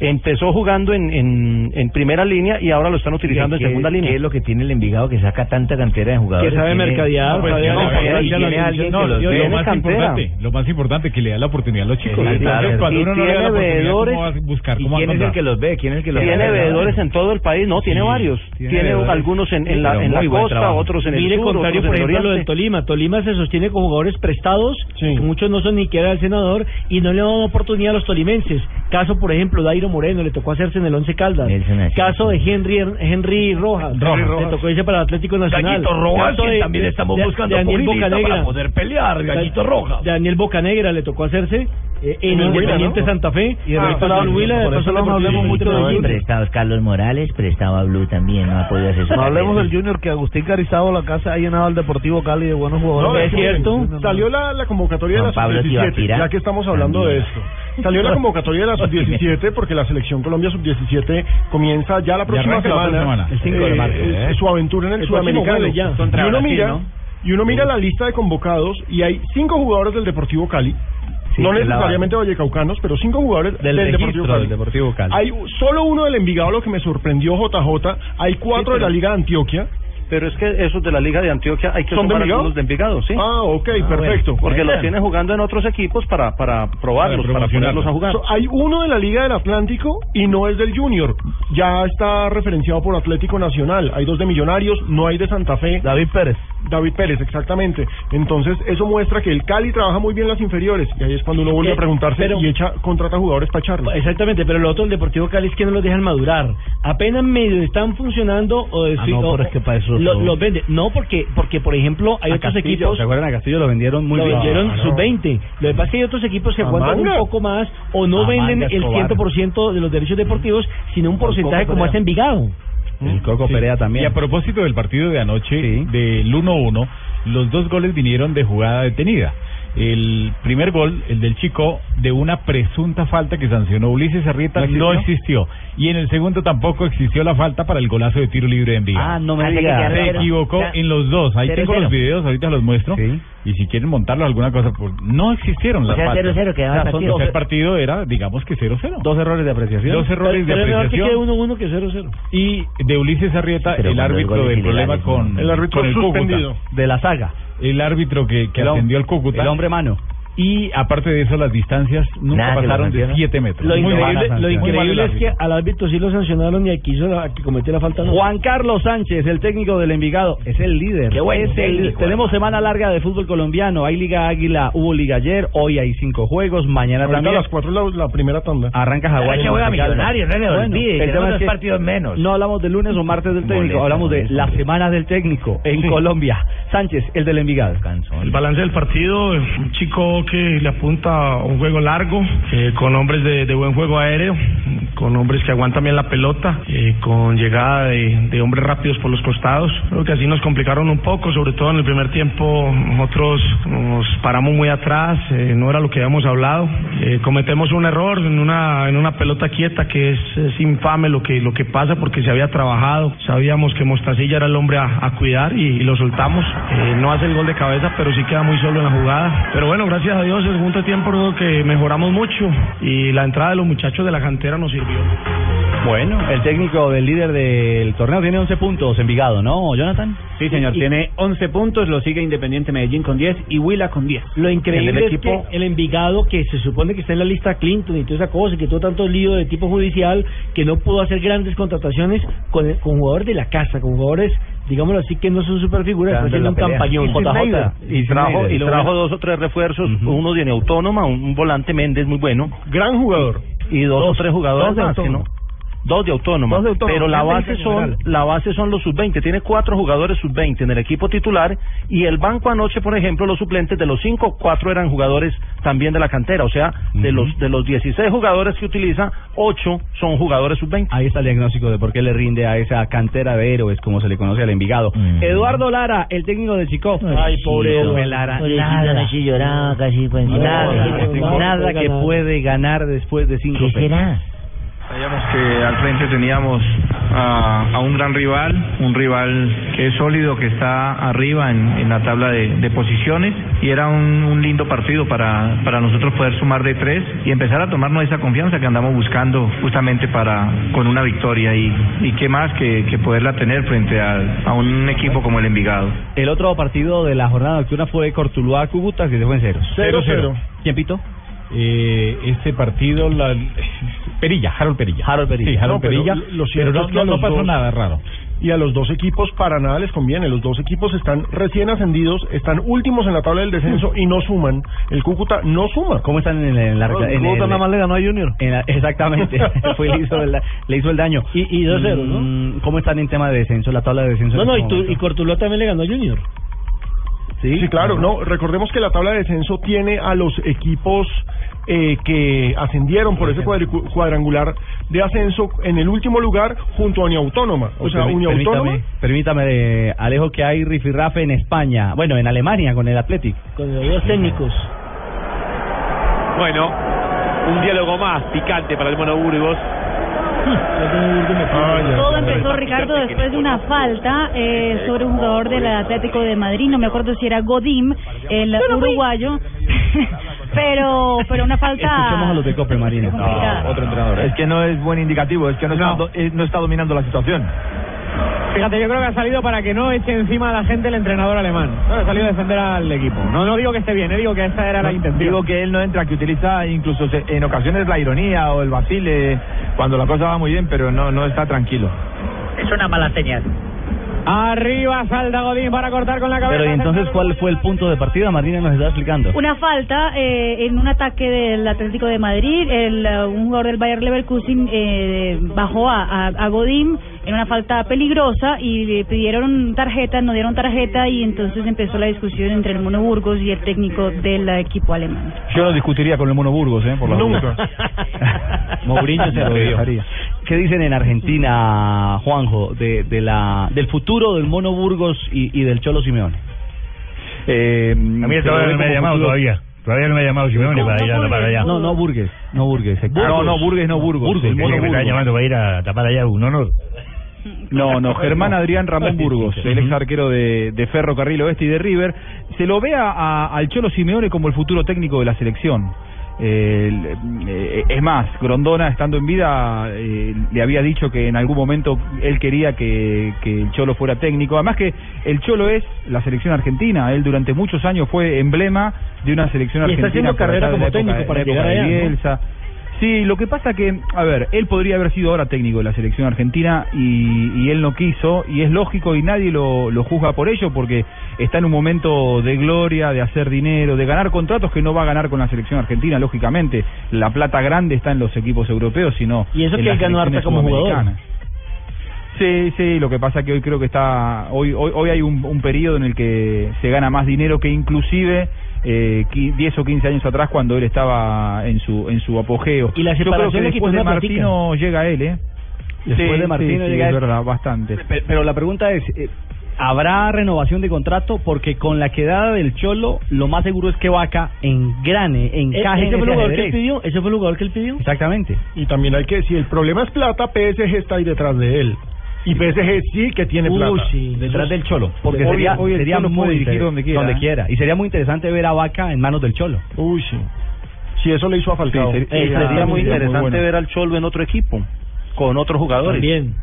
Empezó jugando en, en, en primera línea y ahora lo están utilizando en
¿Qué-
segunda línea.
¿Qué es lo que tiene el Envigado que saca tanta cantera de jugadores?
Que sabe
Tiene-
mercadear,
No, pues,
sabe
tiene-
negociar,
y
ya
tiene
lo-
alguien
no,
que los
yo-
vea
lo
en
más
cantera.
importante, lo más importante que le da la oportunidad a los chicos.
Claro.
Entonces, cuando
Y
uno no le da la
tiene
oportunidad, ¿cómo
veedores.
vas a buscar
¿Y
cómo
quién es
encontrar?
el que los ve? ¿Quién es el que los
Tiene
ve?
veedores en todo el país, no, tiene
Sí,
varios.
tiene
Tiene
veedores.
algunos en, en la,
Pero
en la
muy buen
costa,
trabajo.
otros en el
Mire,
sur,
contrario,
otros
por
en el
ejemplo, lo
oriente.
del Tolima. Tolima se sostiene con jugadores prestados, que muchos no son ni siquiera del senador, y no le dan oportunidad a los tolimenses. Caso, por ejemplo, Dairo Moreno, le tocó hacerse en el Once Caldas. Caso de Henry, Henry Rojas,
Rojas.
le tocó irse para el Atlético Nacional.
Gallito Rojas,
Caso
quien
de-
también
de-
estamos
de-
buscando
Daniel
futbolista
Bocanegra.
para poder pelear, Gallito
Dan-
Rojas.
Daniel Bocanegra le tocó hacerse eh, en
En Huila,
Independiente
¿no?
Santa Fe.
Y de
Ah,
resto,
pasó en Huila,
por
pasó
eso
en
no
Deportivo
hablemos mucho
Huila.
de
Junior.
prestados Carlos Morales, prestado a Blue también, no ha podido asesorar.
No hablemos del Junior, que Agustín Carizado la casa ha llenado al Deportivo Cali de buenos
No,
jugadores.
miren, Salió la, la convocatoria
Juan
de la
Pablo
sub-17,
Tibaquirá.
ya que estamos hablando de esto. Salió
*laughs*
la convocatoria de la sub-17 porque la selección Colombia sub-17 comienza ya la próxima
arranca la
semana.
próxima semana, el cinco de marzo, ¿eh?
Su aventura en el,
El próximo
sudamericano.
jueves ya,
y
contra
uno
Brasil,
mira,
¿no?
y uno mira la lista de convocados y hay cinco jugadores del Deportivo Cali.
Sí,
no
de la
necesariamente vallecaucanos, pero cinco jugadores del,
Del
Deportivo
registro
Cali.
del Deportivo Cali.
Hay solo uno del Envigado, lo que me sorprendió JJ. Hay cuatro de la Liga de Antioquia.
Pero es que esos de la Liga de Antioquia hay que
¿Son de
sumar
Envigado?
algunos de Envigado, sí.
Ah, ok, perfecto.
Porque
Bueno.
los tiene jugando en otros equipos para, para probarlos, para, ponerlos a jugar.
So, hay uno de la Liga del Atlántico y no es del Junior. Ya está referenciado por Atlético Nacional. Hay dos de Millonarios, no hay de Santa Fe.
David Pérez.
David Pérez, exactamente. Entonces, eso muestra que el Cali trabaja muy bien las inferiores. Y ahí es cuando uno vuelve
Eh,
a preguntarse
pero-
y echa, contrata jugadores para charla.
Exactamente, pero lo otro del Deportivo Cali es que no los dejan madurar. Apenas medio están funcionando o de-
Ah, no,
o-
pero es que para eso
lo-
son-
los venden. No, porque porque por ejemplo hay
A
otros
Castillo,
equipos
¿Se acuerdan a Castillo? Lo vendieron muy
lo
bien.
vendieron
Ah, no.
sub-20. Lo que pasa es que hay otros equipos que
A
aguantan un
manga.
poco más o no
A
venden
manga,
el
Escobar.
100% de los derechos deportivos, sino un porcentaje
Coco
como
Perea.
es Envigado.
El Coco
Perea también.
Mm. Y a propósito del partido de anoche, del 1-1, los dos goles vinieron de jugada detenida. El primer gol, el del Chico, de una presunta falta que sancionó Ulises Arrieta,
¿No existió?
no existió. Y en el segundo tampoco existió la falta para el golazo de tiro libre de Envigado.
Ah, no me
Se
diga.
Se equivocó
Ya.
en los dos. Ahí
Cero,
tengo
cero.
los videos, ahorita los muestro. Y si quieren montarlo alguna cosa, pues, no existieron
O
las
sea,
faltas.
cero, cero, quedaba
O sea,
el
son
partido.
dos- el partido era, digamos que 0-0. Dos
errores de apreciación.
Dos errores de
Pero es mejor que
apreciación.
quede 1-1 que 0-0.
Y de Ulises Arrieta,
Pero
el
cuando el
árbitro
gol es
del
ilegal,
problema
es
con
un- El árbitro
con el
suspendido.
Cúcuta.
De la saga.
El árbitro que, que
El hom-
atendió al Cúcuta.
el hombre
mano. Y aparte de eso, las distancias nunca
Nada, que lo
pasaron de
menciona.
7 metros.
Lo
Muy mala
increíble, lo
sanción. Muy
increíble
mal el
es que al árbitro sí lo sancionaron y aquí hizo la, que cometió la falta. No.
Juan Carlos Sánchez, el técnico del Envigado, es el líder.
Qué buen
Es el-
técnico,
tenemos semana larga de fútbol colombiano. Hay Liga Águila, hubo Liga ayer, hoy hay cinco juegos, mañana
Ahorita
también.
a las cuatro la, la primera tanda.
Arranca
Jaguares.
Jaguares.
Millonarios, no le olvide,
el tema
tenemos
es
dos
que
partidos menos.
No hablamos de lunes o martes del técnico,
Molesta,
hablamos de
molesta,
las semanas del técnico en Colombia. Sánchez, el del Envigado.
El balance del partido, eh, un chico que le apunta a un juego largo, eh, con hombres de, de buen juego aéreo,
con hombres que aguantan bien la pelota, eh, con llegada de, de hombres rápidos por los costados. Creo que así nos complicaron un poco, sobre todo en el primer tiempo nosotros nos paramos muy atrás, eh, no era lo que habíamos hablado. Eh, cometemos un error en una, en una pelota quieta que es, es infame lo que, lo que pasa porque se había trabajado, sabíamos que Mostacilla era el hombre a, a cuidar y, y lo soltamos. Eh, no hace el gol de cabeza, pero sí queda muy solo en la jugada. Pero bueno, gracias a Dios, el segundo tiempo creo que mejoramos mucho y la entrada de los muchachos de la cantera nos sirvió.
Bueno, el técnico del líder del torneo tiene 11 puntos, Envigado, ¿no, Jonathan?
Sí, señor, tiene 11 puntos, lo sigue Independiente Medellín con 10 y Huila con 10.
Lo increíble
En el equipo-
es que el Envigado, que se supone que está en la lista Clinton y toda esa cosa, y que tuvo tanto lío de tipo judicial, que no pudo hacer grandes contrataciones con, con jugadores de la casa, con jugadores, digámoslo así, que no son superfiguras, están haciendo un campañón.
JJ. Y trajo, y trajo dos o tres refuerzos, uno de Autónoma, un, un volante Méndez muy bueno.
Gran jugador.
Y dos, o tres jugadores
dos de
más, que
Autónoma.
no- Dos de autónoma,
Dos de Autónoma,
pero la
es
base
20 en
son
general.
la base son los sub-20, tiene cuatro jugadores sub-20 en el equipo titular y el banco anoche, por ejemplo, los suplentes de los cinco, cuatro eran jugadores también de la cantera, o sea, de los de los 16 jugadores que utiliza, ocho son jugadores sub-20.
Ahí está el diagnóstico de por qué le rinde a esa cantera de héroes, como se le conoce al Envigado. Eduardo Lara, el técnico del Chico.
Mm. Ay, pobre
Chico,
Eduardo.
Lara,
Pobrecito,
nada.
anoche lloraba casi por encima.
pues, Nada, nada que puede ganar después de cinco
¿Qué será?
Sabíamos que al frente teníamos a, a un gran rival, un rival que es sólido, que está arriba en, en la tabla de, de posiciones y era un, un lindo partido para, para nosotros poder sumar de tres y empezar a tomarnos esa confianza que andamos buscando justamente para con una victoria y, y qué más que, que poderla tener pues. frente a, a un equipo como el Envigado.
El otro partido de la jornada nocturna fue Cortuluá Cúcuta, que se fue en ceros.
Cero, cero.
¿Quién pitó?
Eh, este partido, la... Perilla, Harold Perilla. Harold Perilla. Sí, Harold
No, pero
Perilla.
lo- lo
pero
cierto
no,
es que
no,
a
no
los
pasó
dos-
nada raro.
Y a los dos equipos para nada les conviene. Los dos equipos están recién ascendidos, están últimos en la tabla del descenso y no suman. El Cúcuta no suma.
¿Cómo están en, la
recta?
en el-
Junior.
En la-
*laughs*
exactamente, *laughs* fue, le, hizo el, le hizo el daño. Y,
2-0, ¿no?
¿no? ¿Cómo están en tema de descenso, la tabla de descenso?
No,
en
no,
este
y, tu,
momento?
y Cortuló también le ganó a Junior.
Sí, claro, no. Recordemos que la tabla de descenso tiene a los equipos eh, que ascendieron por ese cuadricu- cuadrangular de ascenso en el último lugar junto a Unia Autónoma. O sea,
Permí-
Unia Autónoma.
permítame, permítame eh, Alejo, que hay rifirrafe en España. Bueno, en Alemania con el Athletic.
Con los dos técnicos.
Bueno, un diálogo más picante para el Mono Burgos.
Todo empezó, Ricardo, después de una falta eh, sobre un jugador del Atlético de Madrid, no me acuerdo si era Godín, el uruguayo, *laughs* pero pero una
Escuchemos a
falta...
los de Cope Marino. otro
¿eh?
entrenador.
Es que no es buen indicativo, es que no, Está, eh, no está dominando la situación.
Fíjate, yo creo que ha salido para que no eche encima a la gente el entrenador alemán. No, ha salido a defender al equipo. No, no digo que esté bien, eh, digo que esa era la intención.
Digo que él no entra, que utiliza incluso se- en ocasiones la ironía o el vacile cuando la cosa va muy bien, pero no, no está tranquilo.
Es una mala señal. Arriba salta Godín para cortar con la cabeza.
Pero ¿y entonces, ¿cuál fue el punto de partida? Marina nos está explicando.
Una falta eh, en un ataque del Atlético de Madrid, el, eh, un jugador del Bayer Leverkusen eh, bajó a, a, a Godín en una falta peligrosa y le pidieron tarjeta, no dieron tarjeta y entonces empezó la discusión entre el Mono Burgos y el técnico del eh, equipo alemán.
Yo lo discutiría con el Mono Burgos, ¿eh? Por la
Nunca. *laughs* Mourinho se lo dio. ¿Qué dicen en Argentina, Juanjo, de, de la, del futuro del Mono Burgos y, y del Cholo Simeone?
Eh,
a
mí todavía no me ha llamado todavía.
Todavía no me ha llamado
Simeone para ir a tapar allá.
No, no Burgues. No Burgues.
Ah, no, no, Burgues, no Burgos.
Burgos,
Sí,
Mono
que me está
Burgos.
llamando para ir a tapar allá un honor.
No,
*laughs*
no, Germán Adrián Ramón Burgos, el ex arquero de, de Ferrocarril Oeste y de River. Se lo ve a- a- al Cholo Simeone como el futuro técnico de la selección. Eh, el- eh, es más, Grondona, estando en vida, eh, le había dicho que en algún momento él quería que, que el Cholo fuera técnico. Además que el Cholo es la selección argentina. Él durante muchos años fue emblema de una selección
Y está
argentina.
haciendo
por
carrera
allá de
como
la época-
técnico
de la
para
época
llegar
de
allá, ¿no?
Bielsa. Sí, lo que pasa que, a ver, él podría haber sido ahora técnico de la selección argentina y, y él no quiso, y es lógico y nadie lo, lo juzga por ello porque está en un momento de gloria, de hacer dinero, de ganar contratos que no va a ganar con la selección argentina, lógicamente. La plata grande está en los equipos europeos, sino
Y eso
en
que él
las
ganó harta
selecciones
como jugador.
sudamericanas. Sí, sí, lo que pasa que hoy creo que está, hoy hoy, hoy hay un, un periodo en el que se gana más dinero que inclusive eh, qui- 10 o 15 años atrás cuando él estaba en su en su apogeo.
Y la
Yo creo que
separación le quitó
después de
una platica.
Martino llega él, ¿eh?
Después de Martino
sí,
llega
es
él.
verdad, bastante.
Pe- Pero la pregunta es, eh, ¿habrá renovación de contrato? Porque con la quedada del Cholo, lo más seguro es que Vaca
E-
engrane,
Eh,
encaje en
ese fue el
Eh, ese
jugador que él
ajedrez.
pidió, ese fue el jugador que él pidió.
Exactamente.
Y también hay que decir, el problema es plata, PSG está ahí detrás de él. Y PSG sí que tiene plata.
Uy, sí, detrás del Cholo. Porque
Hoy-
sería,
hoy el
sería
Cholo
muy
puede dirigir
inter-
donde quiera, ¿eh?
Y sería muy interesante ver a Vaca en manos del Cholo.
Uy, sí. Si eso le hizo a Falcao.
Eh, sería muy interesante ver al Cholo en otro equipo, con otros jugadores.
También.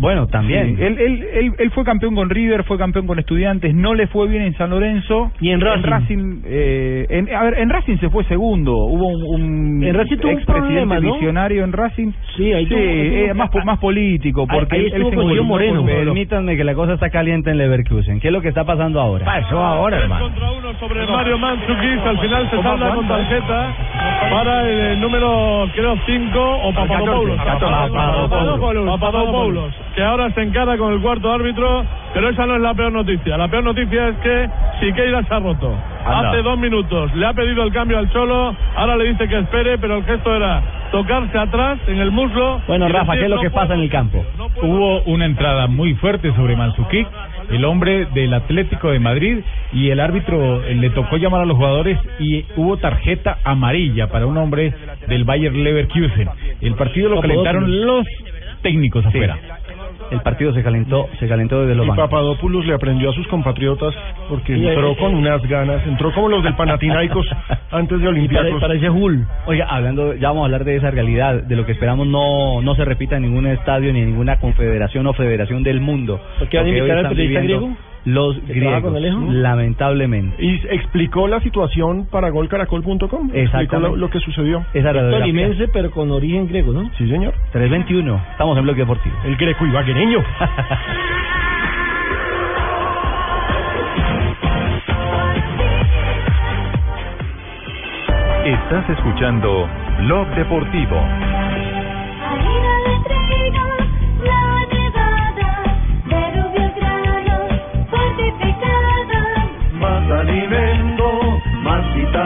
Bueno, también.
Sí, Él, él, él, él fue campeón con River, fue campeón con Estudiantes, no le fue bien en San Lorenzo.
Y en Racing.
eh, en- a ver, en Racing se fue segundo. Hubo un, un
En Racing tuvo un
expresidente
problema, ¿no?
visionario en Racing.
Sí, ahí tuvo-
eh,
tuvo-
más, po- más político, porque
Ahí
él- él
estuvo
se
con
involucró
Guillermo Moreno.
con-
Permítanme que la cosa está caliente en Leverkusen. ¿Qué es lo que está pasando ahora? Pasó ahora, hermano.
sobre Mario Mandzukic, al final se salda con tarjeta para el, eh, número, creo, 5 o Papadopoulos. Papadopoulos, Papadopoulos, que ahora se encara con el cuarto árbitro, pero esa no es la peor noticia. La peor noticia es que Siqueira se ha roto.
Anda.
Hace dos minutos le ha pedido el cambio al Cholo, ahora le dice que espere, pero el gesto era tocarse atrás en el muslo.
Bueno,
y
Rafa,
decir,
¿qué es lo
"No
que
puedo".
pasa en el campo?
Hubo una entrada muy fuerte sobre Mansukic, el hombre del Atlético de Madrid, y el árbitro eh, le tocó llamar a los jugadores y hubo tarjeta amarilla para un hombre del Bayer Leverkusen. El partido lo calentaron los técnicos afuera.
El partido se calentó, se calentó desde los
Y
bancos.
Papadopoulos le aprendió a sus compatriotas porque
Y-
entró con unas ganas, entró como los del
*laughs*
Panathinaikos antes de Olympiacos.
Oiga, hablando, ya vamos a hablar de esa realidad, de lo que esperamos no, no se repita en ningún estadio ni en ninguna confederación o federación del mundo.
¿Por qué van a
Lo que
invitar
hoy
al
están
periodista
viviendo
griego?
Los
¿Que trabaja con
griegos,
Alejo?
lamentablemente.
Y explicó la situación para golcaracol.com. Explicó
Exactamente.
lo, lo que sucedió.
Esa era la Esto limense,
pero con origen griego, ¿no? Sí, señor.
321, estamos en Bloque Deportivo.
El
*laughs*
greco ibaguereño.
Estás escuchando Blog Deportivo.
Más alimento, más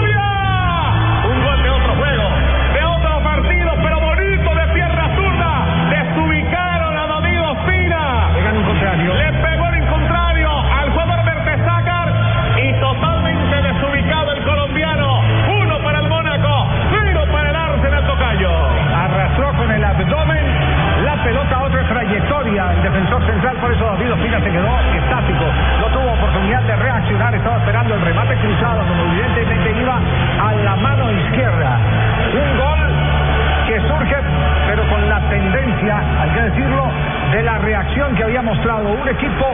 Un gol de otro juego, de otro partido, pero bonito de pierna zurda. Desubicaron a David Ospina. Le un contrario. Le pegó en contrario al jugador Bertesácar y totalmente desubicado el colombiano. Uno para el Mónaco, cero para el Arsenal Tocayo.
Arrastró con el abdomen la pelota a otra trayectoria el defensor central, por eso David Ospina se quedó estático. No tuvo oportunidad de reaccionar, estaba esperando el remate cruzado, como evidentemente iba a la mano izquierda. Un gol que surge, pero con la tendencia, hay que decirlo, de la reacción que había mostrado un equipo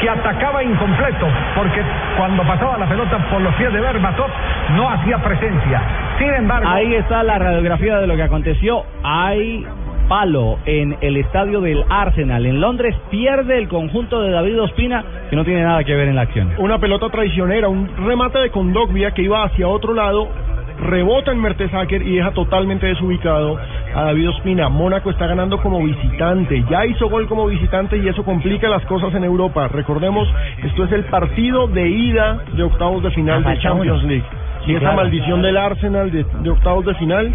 que atacaba incompleto, porque cuando pasaba la pelota por los pies de Berbatov no hacía presencia. Sin embargo,
Ahí está la radiografía de lo que aconteció. Hay palo en el estadio del Arsenal en Londres, pierde el conjunto de David Ospina, que no tiene nada que ver en la acción.
Una pelota traicionera, un remate de Condogbia que iba hacia otro lado, rebota en Mertesacker y deja totalmente desubicado a David Ospina. Mónaco está ganando como visitante, ya hizo gol como visitante y eso complica las cosas en Europa. Recordemos, esto es el partido de ida de octavos de final de
Ah, falta
Champions
uno.
League.
Sí,
Y esa
claro.
maldición del Arsenal de, de octavos de final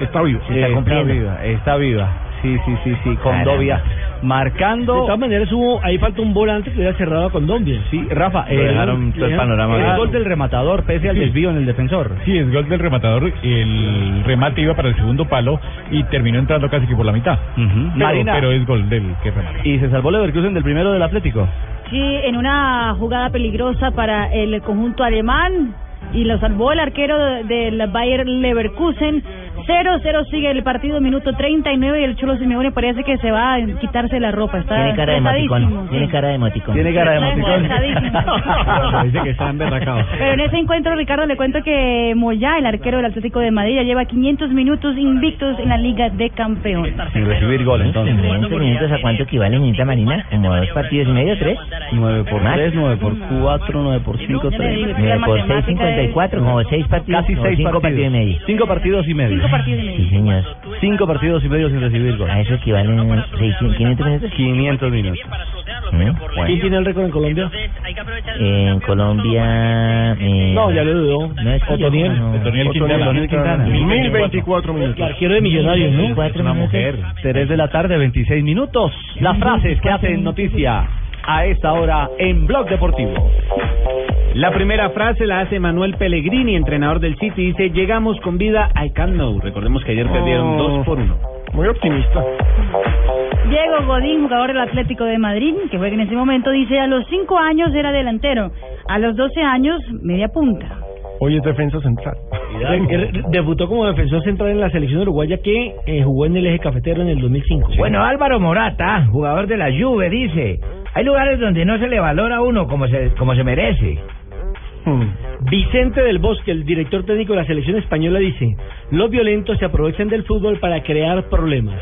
está viva.
Está
viva,
está viva. Sí, sí, sí, sí, Condovia marcando.
De todas maneras, hubo, ahí falta un volante que hubiera cerrado a Condombia.
Sí, Rafa, el, el gol del rematador, pese
*laughs*
al
Sí.
desvío en el defensor.
Sí, es gol del rematador. El remate iba para el segundo palo y terminó entrando casi que por la mitad. Pero-
Marina.
pero es gol del que remata.
Y se salvó Leverkusen del primero del Atlético.
Sí, en una jugada peligrosa para el conjunto alemán y lo salvó el arquero de- del Bayer Leverkusen. 0-0 sigue el partido, minuto 39 y el Cholo Simeone parece que se va a quitarse la ropa. Está
Tiene cara de emoticón.
estresadísimo,
Tiene
sí.
cara de emoticón.
Tiene cara de emoticón.
Dice
que está emberracado.
Pero en ese encuentro, Ricardo, le cuento que Moyá, el arquero del Atlético de Madrid, ya lleva 500 minutos invictos en la Liga de Campeones.
Sin recibir gol, entonces.
500 minutos a cuánto equivale Nita Marina? Como a dos partidos y medio, tres.
9 por
Más.
3, 9 por 4, 9 por 5, 3.
Nueve por 6, 54, como 6 partidos.
Casi
como
6
cinco
partidos.
partidos y medio.
5 partidos y medio.
partidos y
Sí, señor.
5 partidos y medio sin recibir gol.
A eso equivalen 600, 500 minutos. Mm.
500 minutos.
¿Quién tiene el récord en Colombia?
En Colombia. eh,
No, ya lo dudó.
No es que yo-
Otoniel.
no.
Otoniel Quintana.
Otoniel Quintana.
1024
minutos. El arquero de Millonarios, ¿no?
3 de la tarde, 26 minutos. Las frases que hacen noticia a esta hora en Blog Deportivo.
La primera frase la hace Manuel Pellegrini, entrenador del City. Dice, llegamos con vida al Camp Nou. Recordemos que ayer perdieron
Oh.
2 por 1.
Muy optimista.
Diego Godín, jugador del Atlético de Madrid, que juega en ese momento, dice, a los 5 años era delantero, a los 12 años media punta.
Hoy es defensa central.
Debutó como defensor central en la selección uruguaya que eh, jugó en el eje cafetero en el 2005.
Bueno, Álvaro Morata, jugador de la Juve, dice, hay lugares donde no se le valora a uno como se, como se merece.
Mm.
Vicente del Bosque, el director técnico de la selección española, dice, los violentos se aprovechan del fútbol para crear problemas.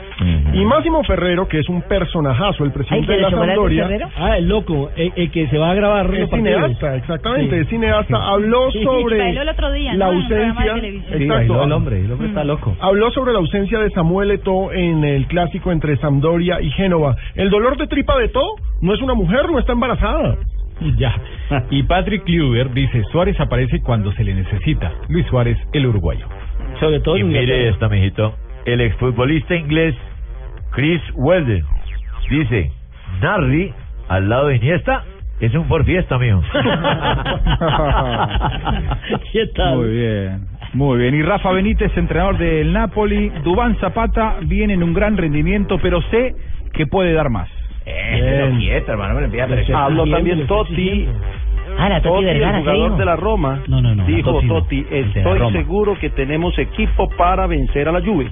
Y Máximo Ferrero, que es un personajazo, el presidente de la Sampdoria,
Ah, el loco, el, el que se va a grabar los
es
partidos.
cineasta, exactamente,
Sí.
es cineasta, habló
Sí.
Y
sobre
bailó el otro día,
la
¿no? En un programa de
ausencia,
televisión.
Sí,
Exacto.
bailó
el
el
*laughs*
hombre,
hombre,
el hombre está loco.
habló sobre la ausencia de Samuel Eto'o en el clásico entre Sampdoria y Génova. El dolor de tripa de Eto'o no es una mujer, no está embarazada.
Ya. Y Patrick Kluber dice, Suárez aparece cuando se le necesita. Luis Suárez, el uruguayo.
Sobre todo
Y mire esta, mijito. El exfutbolista inglés Chris Weldon dice: Narri al lado de Iniesta es un por fiesta, mijo.
¿Qué tal?
Muy bien. Muy bien, y Rafa Benítez, entrenador del Napoli, Dubán Zapata viene en un gran rendimiento, pero sé que puede dar más.
Eh, quieto, hermano, me lo empieza a
Este
perder.
Habló también
Totti.
Ah, la Totti
Totti, el
Vergara, ¿qué
jugador
dijo?
de la Roma, dijo
Totti
Totti,
no, de la
estoy
Roma".
seguro que tenemos equipo para vencer a la Juve.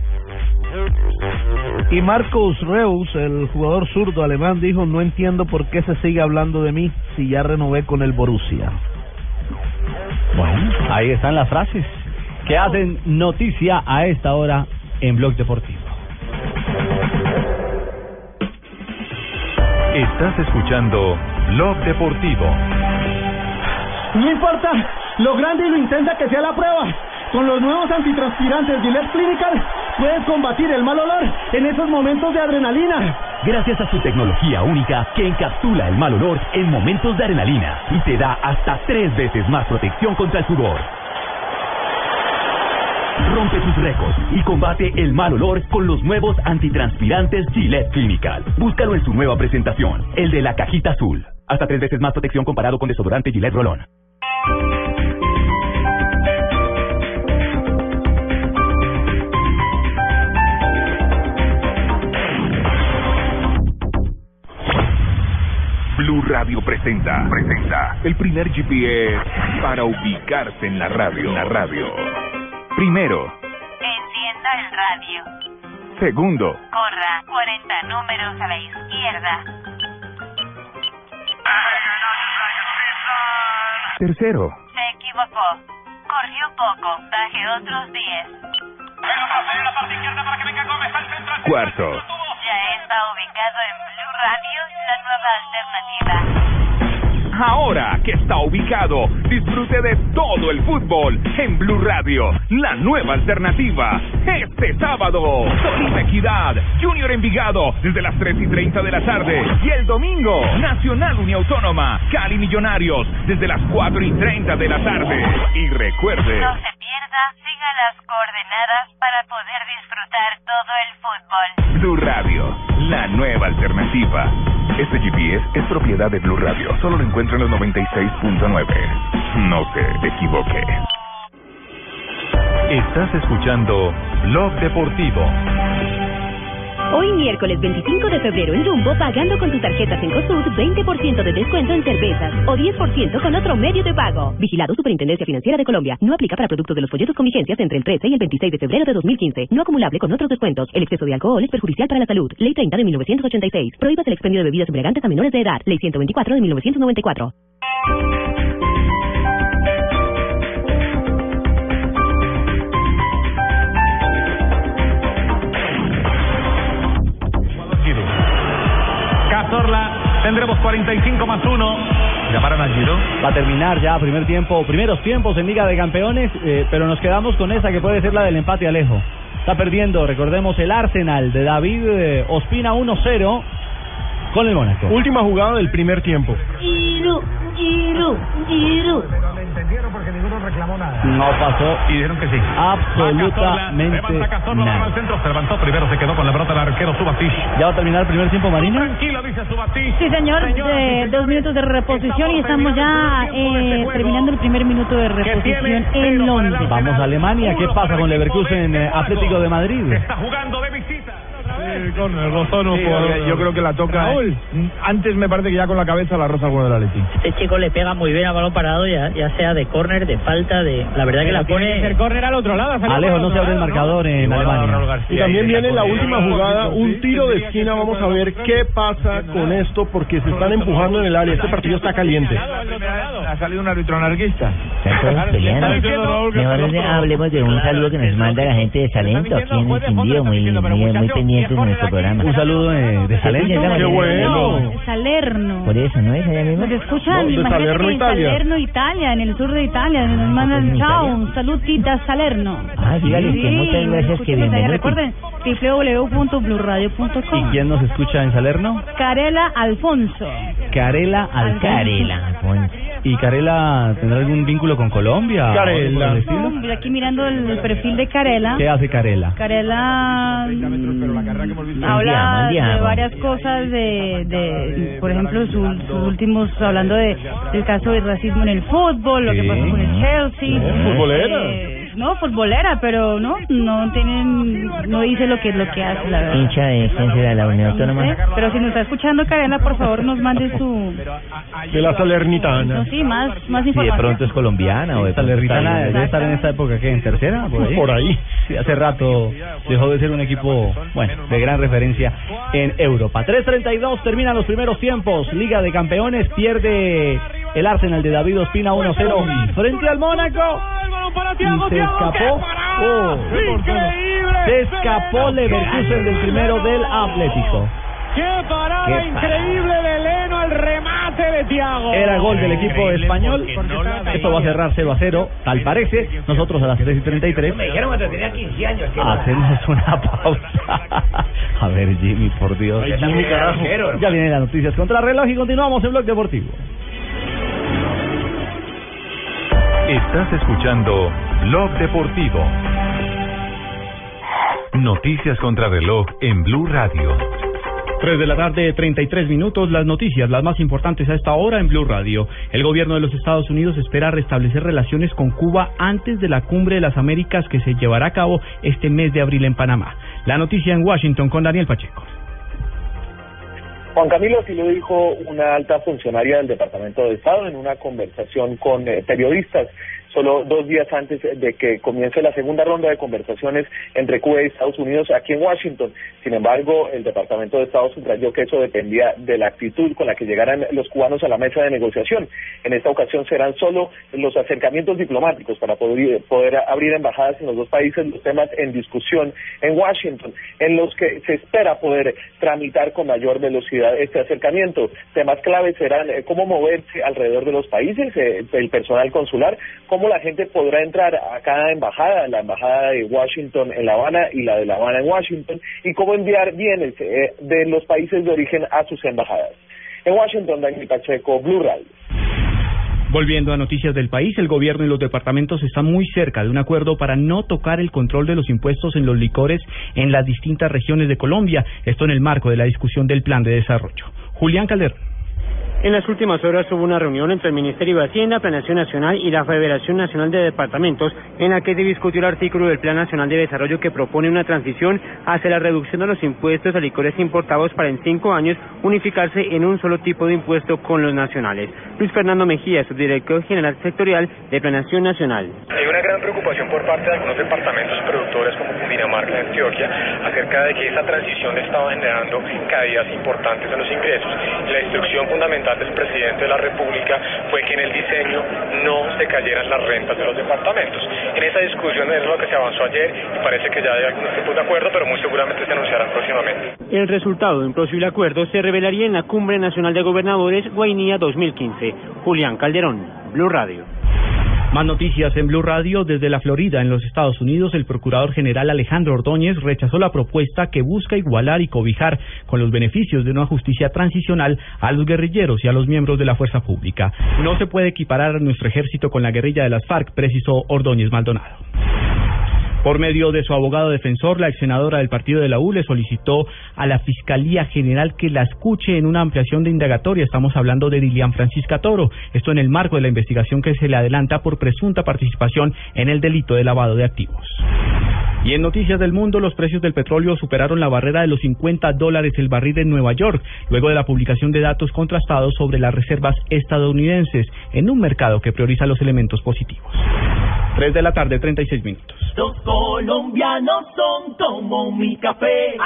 Y Marcus Reus, el jugador zurdo alemán, dijo, no entiendo por qué se sigue hablando de mí si ya renové con el Borussia.
Bueno, ahí están las frases que hacen noticia a esta hora en Blog Deportivo.
Estás escuchando Blog Deportivo.
No importa lo grande y lo intensa que sea la prueba. Con los nuevos antitranspirantes Gillette Clinical puedes combatir el mal olor en esos momentos de adrenalina.
Gracias a su tecnología única que encapsula el mal olor en momentos de adrenalina y te da hasta tres veces más protección contra el sudor. Rompe tus récords y combate el mal olor con los nuevos antitranspirantes Gillette Clinical. Búscalo en su nueva presentación, el de la cajita azul. Hasta tres veces más protección comparado con desodorante Gillette Rolón.
Blue Radio presenta, presenta el primer GPS para ubicarse en la radio, en la radio. Primero,
Encienda el radio.
segundo,
Corra 40 números a la izquierda.
tercero,
Se equivocó. Corrió poco. Baje otros 10.
Pelota se la parte izquierda para que venga Gómez al centro. al centro, al
Cuarto.
centro, tuvo.
Ya está ubicado en Blue Radio, la nueva alternativa.
Ahora que está ubicado, disfrute de todo el fútbol en Blue Radio, la nueva alternativa. Este sábado, Tolima Equidad, Junior Envigado, desde las 3 y 30 de la tarde. Y el domingo, Nacional Uniautónoma, Cali Millonarios, desde las 4 y 30 de la tarde. Y recuerde.
No se pierda, siga las coordenadas para poder disfrutar todo el fútbol.
Blue Radio, la nueva alternativa. Este GPS es propiedad de Blue Radio. Solo lo encuentro en los 96.9. No se equivoque.
Estás escuchando Blog Deportivo.
Hoy miércoles 25 de febrero en Jumbo, pagando con tus tarjetas en COSUD, 20% de descuento en cervezas o 10% con otro medio de pago. Vigilado Superintendencia Financiera de Colombia. No aplica para productos de los folletos con vigencias entre el 13 y el 26 de febrero de 2015. No acumulable con otros descuentos. El exceso de alcohol es perjudicial para la salud. Ley 30 de 1986. Prohíbas el expendio de bebidas embriagantes a menores de edad. Ley 124 de 1994.
Cazorla, tendremos 45 más 1.
Llamaron a Giro. Va a terminar ya primer tiempo, primeros tiempos en Liga de Campeones, eh, pero nos quedamos con esa que puede ser la del empate Alejo. Está perdiendo, recordemos, el Arsenal de David eh, Ospina 1-0 con el Mónaco.
Última jugada del primer tiempo.
Iru, Iru, Iru. No le entendieron porque ninguno reclamó nada.
No pasó
Y dijeron que sí.
absolutamente
Levanta Cazorla, la
nada.
mano al centro, se levantó primero, se quedó con la pelota el arquero Subasic.
¿Ya va a terminar el primer tiempo, Marina?
Tranquilo, dice Subasic.
Sí, señor, eh, dos minutos de reposición y estamos ya eh, terminando el primer minuto de reposición en Londres.
Vamos a Alemania. ¿Qué pasa con Leverkusen eh, Atlético de Madrid?
Con el Rozono, yo, creo que la toca. ¿eh? antes me parece que ya con la cabeza la rosa alguna de la Leti.
Este chico le pega muy bien a balón parado, ya, ya sea de córner, de falta, de... La verdad que la pone...
El córner al otro lado. ha salido
Alejo,
por el
no se
otro
abre el
lado, ¿no?
marcador en Alemania.
Y también viene la última jugada, un tiro de esquina. Vamos a ver qué pasa con esto porque se están empujando en el área. Este partido está caliente.
Ha salido un árbitro anarquista.
Todos peleando. Mejor de- hablemos de un saludo que nos manda la gente de Salento aquí en el Quindío, muy, muy, muy pendiente de nuestro programa. Un saludo de,
Salerno, Salerno, Eh, Salerno.
Por eso, ¿no es allá mismo?
Nos escuchan,
De
imagínate
Salerno,
que en
Italia. pues,
Salerno, Italia, en el sur de Italia, nos mandan chao, un saludita Salerno.
Ah, dígale que muchas gracias, que
escúchenos allá.
bienvenuti.
Recuerden, www.blurradio.com.
¿Quién nos escucha en Salerno?
Carela Alfonso.
Carela Alfonso.
Carela
¿Y Carela tendrá algún vínculo con Colombia? o algo por el estilo?
Yo aquí mirando el, el perfil de Carela.
¿Qué hace Carela?
Carela mm, habla
Andiamo.
de varias cosas, de, de por ejemplo, su- sus últimos, hablando de, del caso del racismo en el fútbol, lo que
Sí.
pasó con el Chelsea.
futbolera.
Eh, no, futbolera, pero no, no tienen, no dice lo que lo que hace, la verdad.
Hincha de quién será la Unión
¿Eh?
Autónoma.
Pero si nos está escuchando Carela, por favor nos mande su...
De la
No,
Salernitana.
sí, más, más información.
es colombiana o de Salernitana
está-
debe estar en esta época que en tercera por ahí.
Por
Sí, hace rato dejó de ser un equipo bueno de gran referencia en Europa. 3.32 terminan los primeros tiempos. Liga de Campeones pierde el Arsenal de David Ospina 1-0 frente al Mónaco. Y se escapó. Oh, se escapó Leverkusen del primero del Atlético.
¡Qué parada
Qué
increíble de Leno al remate de Tiago!
Era gol del equipo español. Esto va a cerrar 0 a 0, tal parece. Nosotros a las 3 y 33
que tenía 15 años.
hacemos Ah, una pausa. *laughs* A ver, Jimmy, por Dios.
Ay, Jimmy, carajo.
Ya vienen las noticias contra reloj y continuamos en Blog Deportivo.
Estás escuchando Blog Deportivo. Noticias contra reloj en Blue Radio.
3 de la tarde, 33 minutos. Las noticias, las más importantes a esta hora en Blue Radio. El gobierno de los Estados Unidos espera restablecer relaciones con Cuba antes de la cumbre de las Américas que se llevará a cabo este mes de abril en Panamá. La noticia en Washington con Daniel Pacheco.
Juan Camilo sí lo dijo una alta funcionaria del Departamento de Estado en una conversación con eh, periodistas. solo dos días antes de que comience la segunda ronda de conversaciones entre Cuba y Estados Unidos aquí en Washington. Sin embargo, el Departamento de Estado subrayó que eso dependía de la actitud con la que llegaran los cubanos a la mesa de negociación. En esta ocasión serán solo los acercamientos diplomáticos para poder, poder abrir embajadas en los dos países, los temas en discusión en Washington, en los que se espera poder tramitar con mayor velocidad este acercamiento. Temas claves serán eh, cómo moverse alrededor de los países, eh, el personal consular, cómo la gente podrá entrar a cada embajada, la embajada de Washington en La Habana y la de La Habana en Washington, y cómo enviar bienes eh, de los países de origen a sus embajadas. En Washington, Daniel Pacheco, Blue Radio.
Volviendo a noticias del país, el gobierno y los departamentos están muy cerca de un acuerdo para no tocar el control de los impuestos en los licores en las distintas regiones de Colombia, esto en el marco de la discusión del plan de desarrollo. Julián Calderón.
En las últimas horas hubo una reunión entre el Ministerio de Hacienda, Planación Nacional y la Federación Nacional de Departamentos en la que se discutió el artículo del Plan Nacional de Desarrollo que propone una transición hacia la reducción de los impuestos a licores importados para en cinco años unificarse en un solo tipo de impuesto con los nacionales. Luis Fernando Mejía, subdirector general sectorial de Planación Nacional.
Hay una gran preocupación por parte de algunos departamentos productores como Cundinamarca y Antioquia acerca de que esa transición estaba generando caídas importantes en los ingresos. La instrucción fundamental del presidente de la República fue que en el diseño no se cayeran las rentas de los departamentos. En esa discusión es lo que se avanzó ayer y parece que ya hay algunos tipos de acuerdo, pero muy seguramente se anunciarán próximamente.
El resultado de un posible acuerdo se revelaría en la Cumbre Nacional de Gobernadores Guainía 2015. Julián Calderón, Blue Radio.
Más noticias en Blue Radio desde la Florida, en los Estados Unidos. El procurador general Alejandro Ordóñez rechazó la propuesta que busca igualar y cobijar con los beneficios de una justicia transicional a los guerrilleros y a los miembros de la fuerza pública. No se puede equiparar a nuestro ejército con la guerrilla de las FARC, precisó Ordóñez Maldonado. Por medio de su abogado defensor, la ex senadora del partido de la U le solicitó a la Fiscalía General que la escuche en una ampliación de indagatoria. Estamos hablando de Dilian Francisca Toro. Esto en el marco de la investigación que se le adelanta por presunta participación en el delito de lavado de activos. Y en noticias del mundo, los precios del petróleo superaron la barrera de los 50 dólares el barril en Nueva York, luego de la publicación de datos contrastados sobre las reservas estadounidenses en un mercado que prioriza los elementos positivos. 3 de la tarde, 36 minutos.
Los colombianos son como mi café.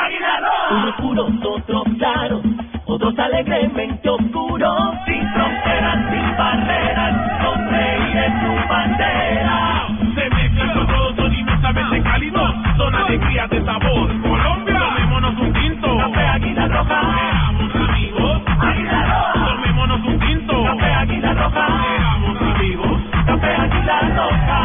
Unos puros, otros claros, otros alegremente oscuros. Sin fronteras, sin barreras, con reyes tu bandera. Se mezclan con todos, son inmensamente cálidos, son alegrías de sabor. Colombia, tomémonos un tinto. Café Águila Roja. Seamos amigos. Águila Roja. Tomémonos un tinto. Café Águila Roja. Seamos amigos. Café Águila Roja.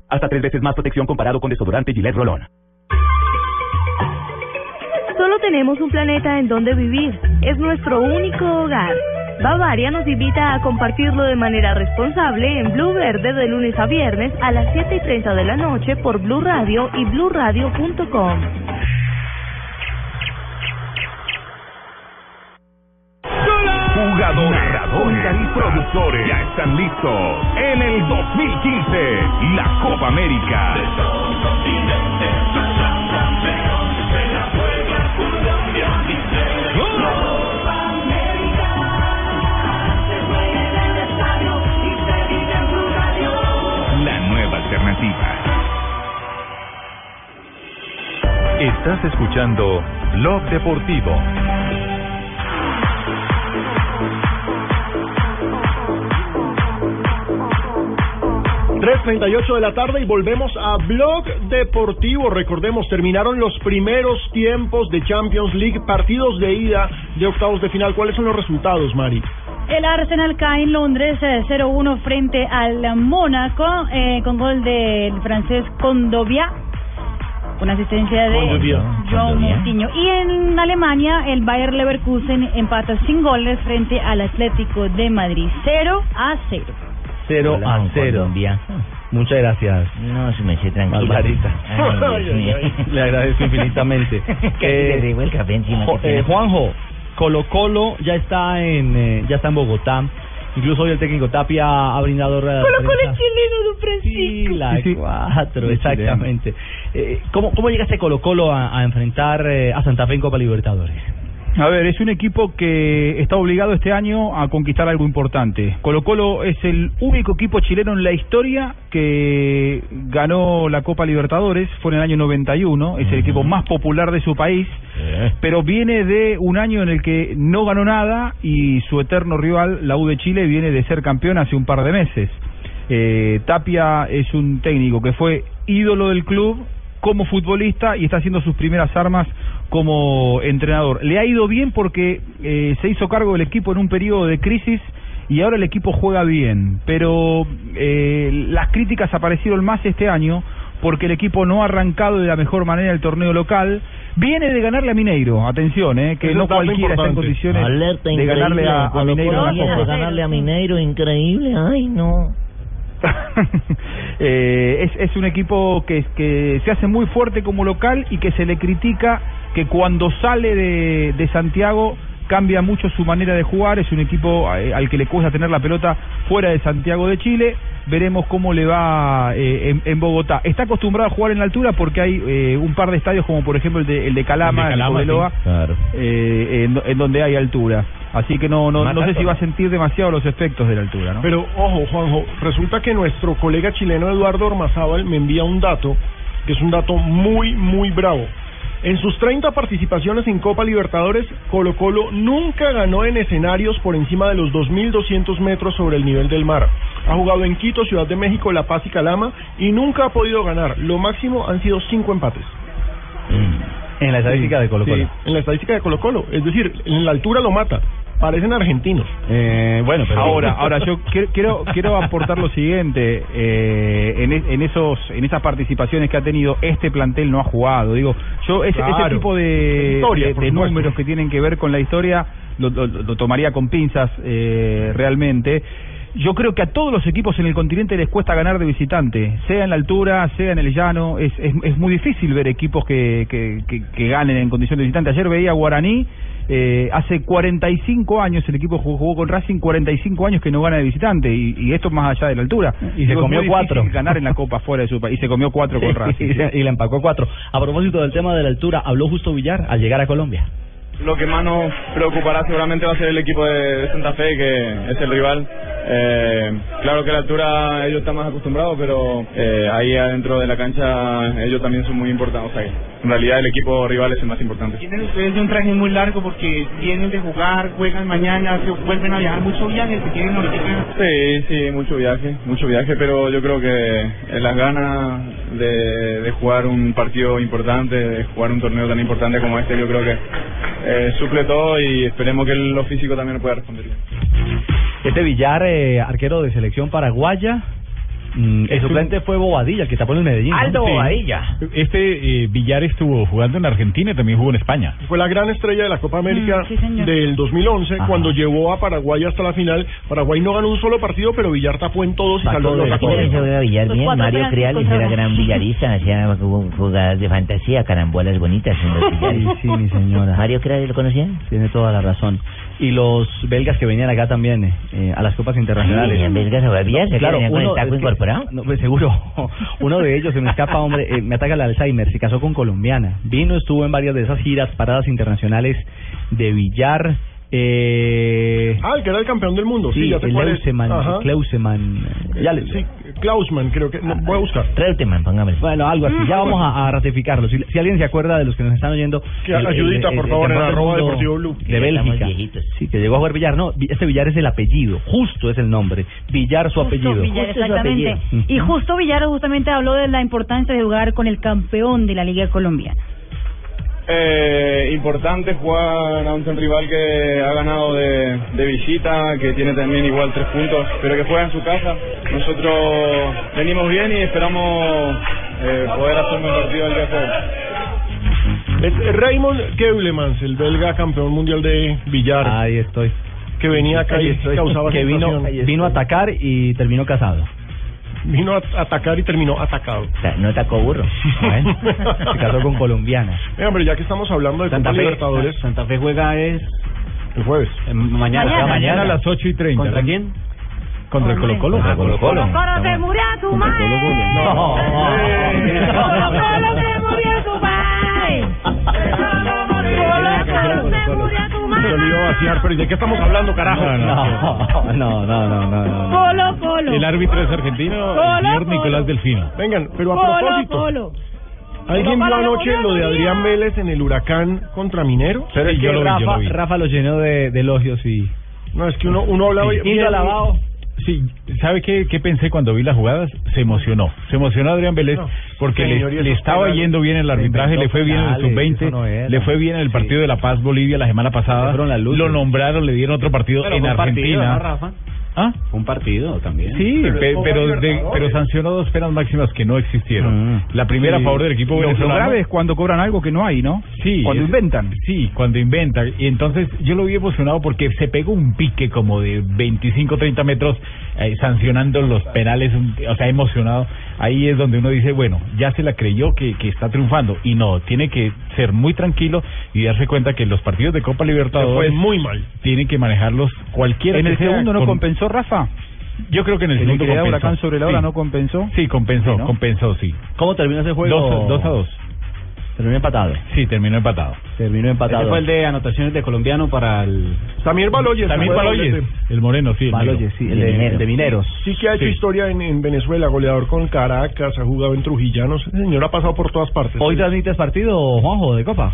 Hasta tres veces más protección comparado con desodorante Gillette Rolón.
Solo tenemos un planeta en donde vivir. Es nuestro único hogar. Bavaria nos invita a compartirlo de manera responsable en Blue Verde de lunes a viernes a las 7 y 30 de la noche por Blue Radio y bluradio.com.
Jugadores, narradores, productores ya están listos. En el 2015, la Copa América. La nueva alternativa.
Estás escuchando Blog Deportivo.
treinta y ocho de la tarde y volvemos a Blog Deportivo. Recordemos, terminaron los primeros tiempos de Champions League, partidos de ida de octavos de final. ¿Cuáles son los resultados, Mari?
El Arsenal cae en Londres eh, 0-1 frente al Mónaco eh, con gol del francés Condovia. Una asistencia de
Condovia.
João Moutinho. Y en Alemania, el Bayer Leverkusen empata sin goles frente al Atlético de Madrid 0 a 0.
0 a 0. Colombia.
Muchas gracias.
No, se me eché tranquila.
Margarita.
Ay, Dios mío.
Le agradezco infinitamente.
*laughs*
Eh,
Casi le riego el café encima,
Jo-
qué pena.
eh, Juanjo, Colo Colo ya está en eh, ya está en Bogotá. Incluso hoy el técnico Tapia ha brindado rueda de prensa.
chileno, don Francisco.
La cuatro, exactamente. Eh, ¿cómo, ¿Cómo llega este Colo Colo a, a enfrentar eh, a Santa Fe en Copa Libertadores?
A ver, es un equipo que está obligado este año a conquistar algo importante. Colo Colo es el único equipo chileno en la historia que ganó la Copa Libertadores, fue en el año 91, es el equipo más popular de su país, pero viene de un año en el que no ganó nada y su eterno rival, la U de Chile, viene de ser campeón hace un par de meses. Eh, Tapia es un técnico que fue ídolo del club como futbolista y está haciendo sus primeras armas como entrenador. Le ha ido bien porque eh, se hizo cargo del equipo en un periodo de crisis y ahora el equipo juega bien, pero eh, las críticas aparecieron más este año porque el equipo no ha arrancado de la mejor manera el torneo local. Viene de ganarle a Mineiro, atención, eh, que
Eso
no
es dato
cualquiera está en
importante.
condiciones
Alerta
de ganarle
increíble,
a, a
Colo-Colo
Mineiro en la
viene de
Copa.
ganarle a Mineiro, increíble. Ay, no.
Eh, es, es un equipo que, que se hace muy fuerte como local y que se le critica que cuando sale de, de Santiago cambia mucho su manera de jugar. Es un equipo eh, al que le cuesta tener la pelota fuera de Santiago de Chile. Veremos cómo le va eh, en, en Bogotá. Está acostumbrado a jugar en la altura porque hay eh, un par de estadios como por ejemplo el de, el de Calama, el de Cobreloa,
Claro.
eh, en, en donde hay altura. Así que no, no,
Más
no sé
alto,
si va a
¿no?
sentir demasiado los efectos de la altura. ¿no?
Pero ojo, Juanjo, resulta que nuestro colega chileno Eduardo Ormazábal me envía un dato, que es un dato muy, muy bravo. En sus 30 participaciones en Copa Libertadores, Colo Colo nunca ganó en escenarios por encima de los 2.200 metros sobre el nivel del mar. Ha jugado en Quito, Ciudad de México, La Paz y Calama y nunca ha podido ganar. Lo máximo han sido cinco empates.
Mm.
En la estadística de Colo Colo.
Sí, en la estadística de Colo Colo. Es decir, en la altura lo mata. Parecen argentinos.
Eh,
bueno,
pero-
ahora, ahora
*laughs*
yo quiero- quiero quiero aportar lo siguiente eh, en, e- en esos en esas participaciones que ha tenido este plantel no ha jugado. Digo, yo ese, ese
Claro.
tipo de,
Historia,
de-
por
de
supuesto.
números que tienen que ver con la historia lo, lo- lo tomaría con pinzas eh, realmente. Yo creo que a todos los equipos en el continente les cuesta ganar de visitante, sea en la altura, sea en el llano, es, es, es muy difícil ver equipos que, que, que- que ganen en condición de visitante. Ayer veía a Guaraní, eh, hace 45 años el equipo jugó, jugó con Racing, 45 años que no gana de visitante, y, y esto más allá de la altura.
Y se
Digo, es
comió
muy difícil
cuatro.
ganar en la Copa fuera de su país, y se comió cuatro con Racing.
*laughs* y, le- y le empacó cuatro. A propósito del tema de la altura, habló Justo Villar al llegar a Colombia.
Lo que más nos preocupará seguramente va a ser el equipo de de Santa Fe, que es el rival. Eh, claro que a la altura ellos están más acostumbrados, pero eh, ahí adentro de la cancha ellos también son muy importantes. O sea, que en realidad el equipo rival es el más importante.
Tienen ustedes de un traje muy largo porque vienen de jugar, juegan mañana, se vuelven a viajar mucho viajes, se quieren ahorita.
Sí, sí, mucho viaje, mucho viaje, pero yo creo que eh, las ganas de, de jugar un partido importante, de jugar un torneo tan importante como este, yo creo que eh, suple todo y esperemos que lo físico también lo pueda responder.
Este Villar, eh, arquero de selección paraguaya. Mm, el suplente fue Bobadilla, el que tapó en el Medellín. ¿no? Sí.
Este eh, Villar estuvo jugando en Argentina y también jugó en España.
Fue la gran estrella de la Copa América del 2011 cuando llevó a Paraguay hasta la final. Paraguay no ganó un solo partido, pero Villar tapó en todos y
Pues
salvó los
Aquí también se juega billar
Los
bien.
cuatro
Mario
penaltis
Creales
contra
era
uno.
gran billarista, hacía jug- jugadas de fantasía, carambolas bonitas en los billares.
Sí, mi señora.
¿Mario Creales lo conocían?
Tiene toda la razón. Y los belgas que venían acá también eh, eh, a las copas internacionales.
Ay, belgas o belgas, ¿se
claro,
venían con
uno,
el taco
es que-
incorporado?
no, pues seguro. *laughs* Uno de ellos se me escapa, hombre, eh, me ataca el Alzheimer, se casó con colombiana. Vino, estuvo en varias de esas giras, paradas internacionales de billar. Eh,
Ah, el que era el campeón del mundo. Sí,
sí,
ya sé cuál es.
Klauseman,
Ajá. Eh,
Klauseman, ya le-
Sí, Klausman, creo que. no, voy a buscar. Mm,
Treuteman, póngame.
Bueno, algo así. Ya vamos a, a ratificarlo. Si, si alguien se acuerda de los que nos están oyendo. eh,
Que ayudita, por favor,
campeón
en
del
arroba
mundo
Deportivo Blue.
De Bélgica. Sí, que llegó a jugar Villar. No, Vi- este Villar es el apellido. Justo es el nombre. Villar su apellido.
Villar, exactamente. Y
Ujú.
justo Villar justamente habló de la importancia de jugar con el campeón de la Liga Colombiana.
Eh, importante jugar ante un rival que ha ganado de, de visita, que tiene también igual tres puntos, pero que juega en su casa. Nosotros venimos bien y esperamos eh, poder hacer un buen partido el día jueves.
Es Raymond Keulemans, el belga campeón mundial de billar.
Ahí estoy.
Mm. que venía acá y este, causaba
que vino,
sensación.
vino a atacar y terminó casado.
Vino a atacar y terminó atacado.
no atacó *laughs* burro.
*laughs*
Se casó con colombiana.
Mira, Eh, hombre, ya que estamos hablando de
Santa
Copa
Fe,
Libertadores.
Santa Fe juega es Eh,
el jueves.
mañana,
Mañana.
Mañana a las
8 y 30. ¿Contra quién?
Contra el Colo Colo.
Ah, Colo Colo.
Colo se murió tu madre.
No.
Colo Colo se murió tu madre. Colo Colo se murió tu
Se lo
madre.
iba a vaciar, pero ¿de qué estamos hablando, carajo?
No, no, no, no, no.
Colo Colo.
El árbitro es argentino,
Colo,
el señor
Colo.
Nicolás Delfino.
Vengan, pero a
Colo
propósito.
Colo.
¿Alguien
Pero
vio
para la
anoche lo de Adrián Vélez en el huracán contra Minero?
Pero es que Rafa, Rafa lo llenó de, de elogios y...
No, es que uno, uno hablaba...
Sí.
bien-
Sí, ¿sabe qué, qué pensé cuando vi las jugadas? Se emocionó. Se emocionó Adrián Vélez porque le, señoría, le esos estaba penales. yendo bien el arbitraje, Inventó le fue bien en el penales, sub-20, eso no era. le fue bien en el partido de La Paz Bolivia la semana pasada. Lo nombraron, le dieron otro partido en Argentina. ¿Ah?
Un partido también.
Sí, pe- pero, de- pero sancionó dos penas máximas que no existieron. La primera a
Sí.
favor del equipo
Lo- Lo
venezolano.
grave es cuando cobran algo que no hay, ¿no?
Sí,
Cuando
es-
inventan.
Sí, cuando inventan. Y entonces yo lo vi emocionado porque se pegó un pique como de 25, 30 metros eh, sancionando los penales, un- o sea, emocionado. Ahí es donde uno dice, bueno, ya se la creyó que, que está triunfando. Y no, tiene que ser muy tranquilo y darse cuenta que los partidos de Copa
Se fue
Libertadores...
muy mal.
Tienen que manejarlos cualquiera
¿En
que
el
sea
segundo no
con-
compensó Rafa?
Yo creo que en el
¿Que le
segundo
queda
compensó.
Huracán sobre la hora
Sí.
no compensó?
Sí, compensó, compensó, sí.
¿Cómo terminó ese juego?
Dos, dos a dos.
Terminó empatado.
Sí, terminó empatado.
Terminó empatado.
Ese fue el
de anotaciones de colombiano para el...
Samir Baloyes.
También
¿se acuerdan de
Baloyes,
ese?
el moreno, sí. el
Baloyes,
negro.
sí, el de, el de Mineros.
Sí que ha hecho
Sí.
historia en, en Venezuela, goleador con Caracas, ha jugado en Trujillanos, el señor ha pasado por todas partes.
¿Hoy transmites partido, Juanjo, de Copa?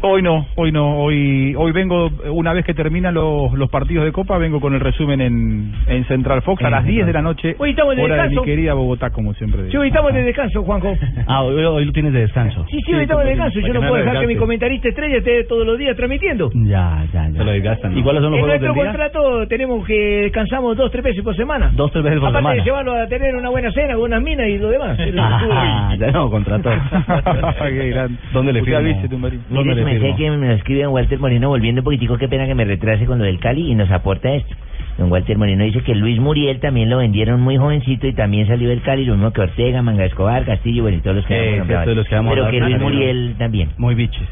Hoy no, hoy no, hoy hoy vengo, una vez que terminan los, los partidos de Copa, vengo con el resumen en, en Central Fox a
En
las 10 de la
Central.
noche,
Hoy estamos en
hora de mi
descanso.
querida Bogotá, como siempre.
Sí, hoy estamos de descanso, Juanjo.
Ah, hoy, hoy lo tienes de descanso.
Sí, sí, hoy estamos de descanso. Yo
Para
no
que
puedo dejar que
adelgace.
mi comentarista estrella
eh,
esté todos los días transmitiendo.
Ya, ya, ya. Se lo desgastan. ¿Y cuáles son los
En
juegos
nuestro
del día?
contrato tenemos que descansamos dos, tres veces por semana.
Dos, tres veces por
Aparte
semana.
de
*laughs*
llevarlo a tener una buena cena con unas minas y lo demás.
Ah, ya no, *laughs* contrató. ¿Dónde le
Usted
firmo?
avise, tu marido.
¿Dónde
Mire,
le
me
firmo?
decía que me lo escribe don Walter Moreno volviendo un poquitico, qué pena que me retrase con lo del Cali y nos aporta esto. Don Walter Moreno dice que Luis Muriel también lo vendieron muy jovencito y también salió del Cali, lo mismo que Ortega, Manga Escobar, Castillo, bueno, y todos los que
Sí,
habíamos
cierto,
nombrado.
de los que habíamos
Pero que
hablado.
Luis Muriel también.
Muy biches.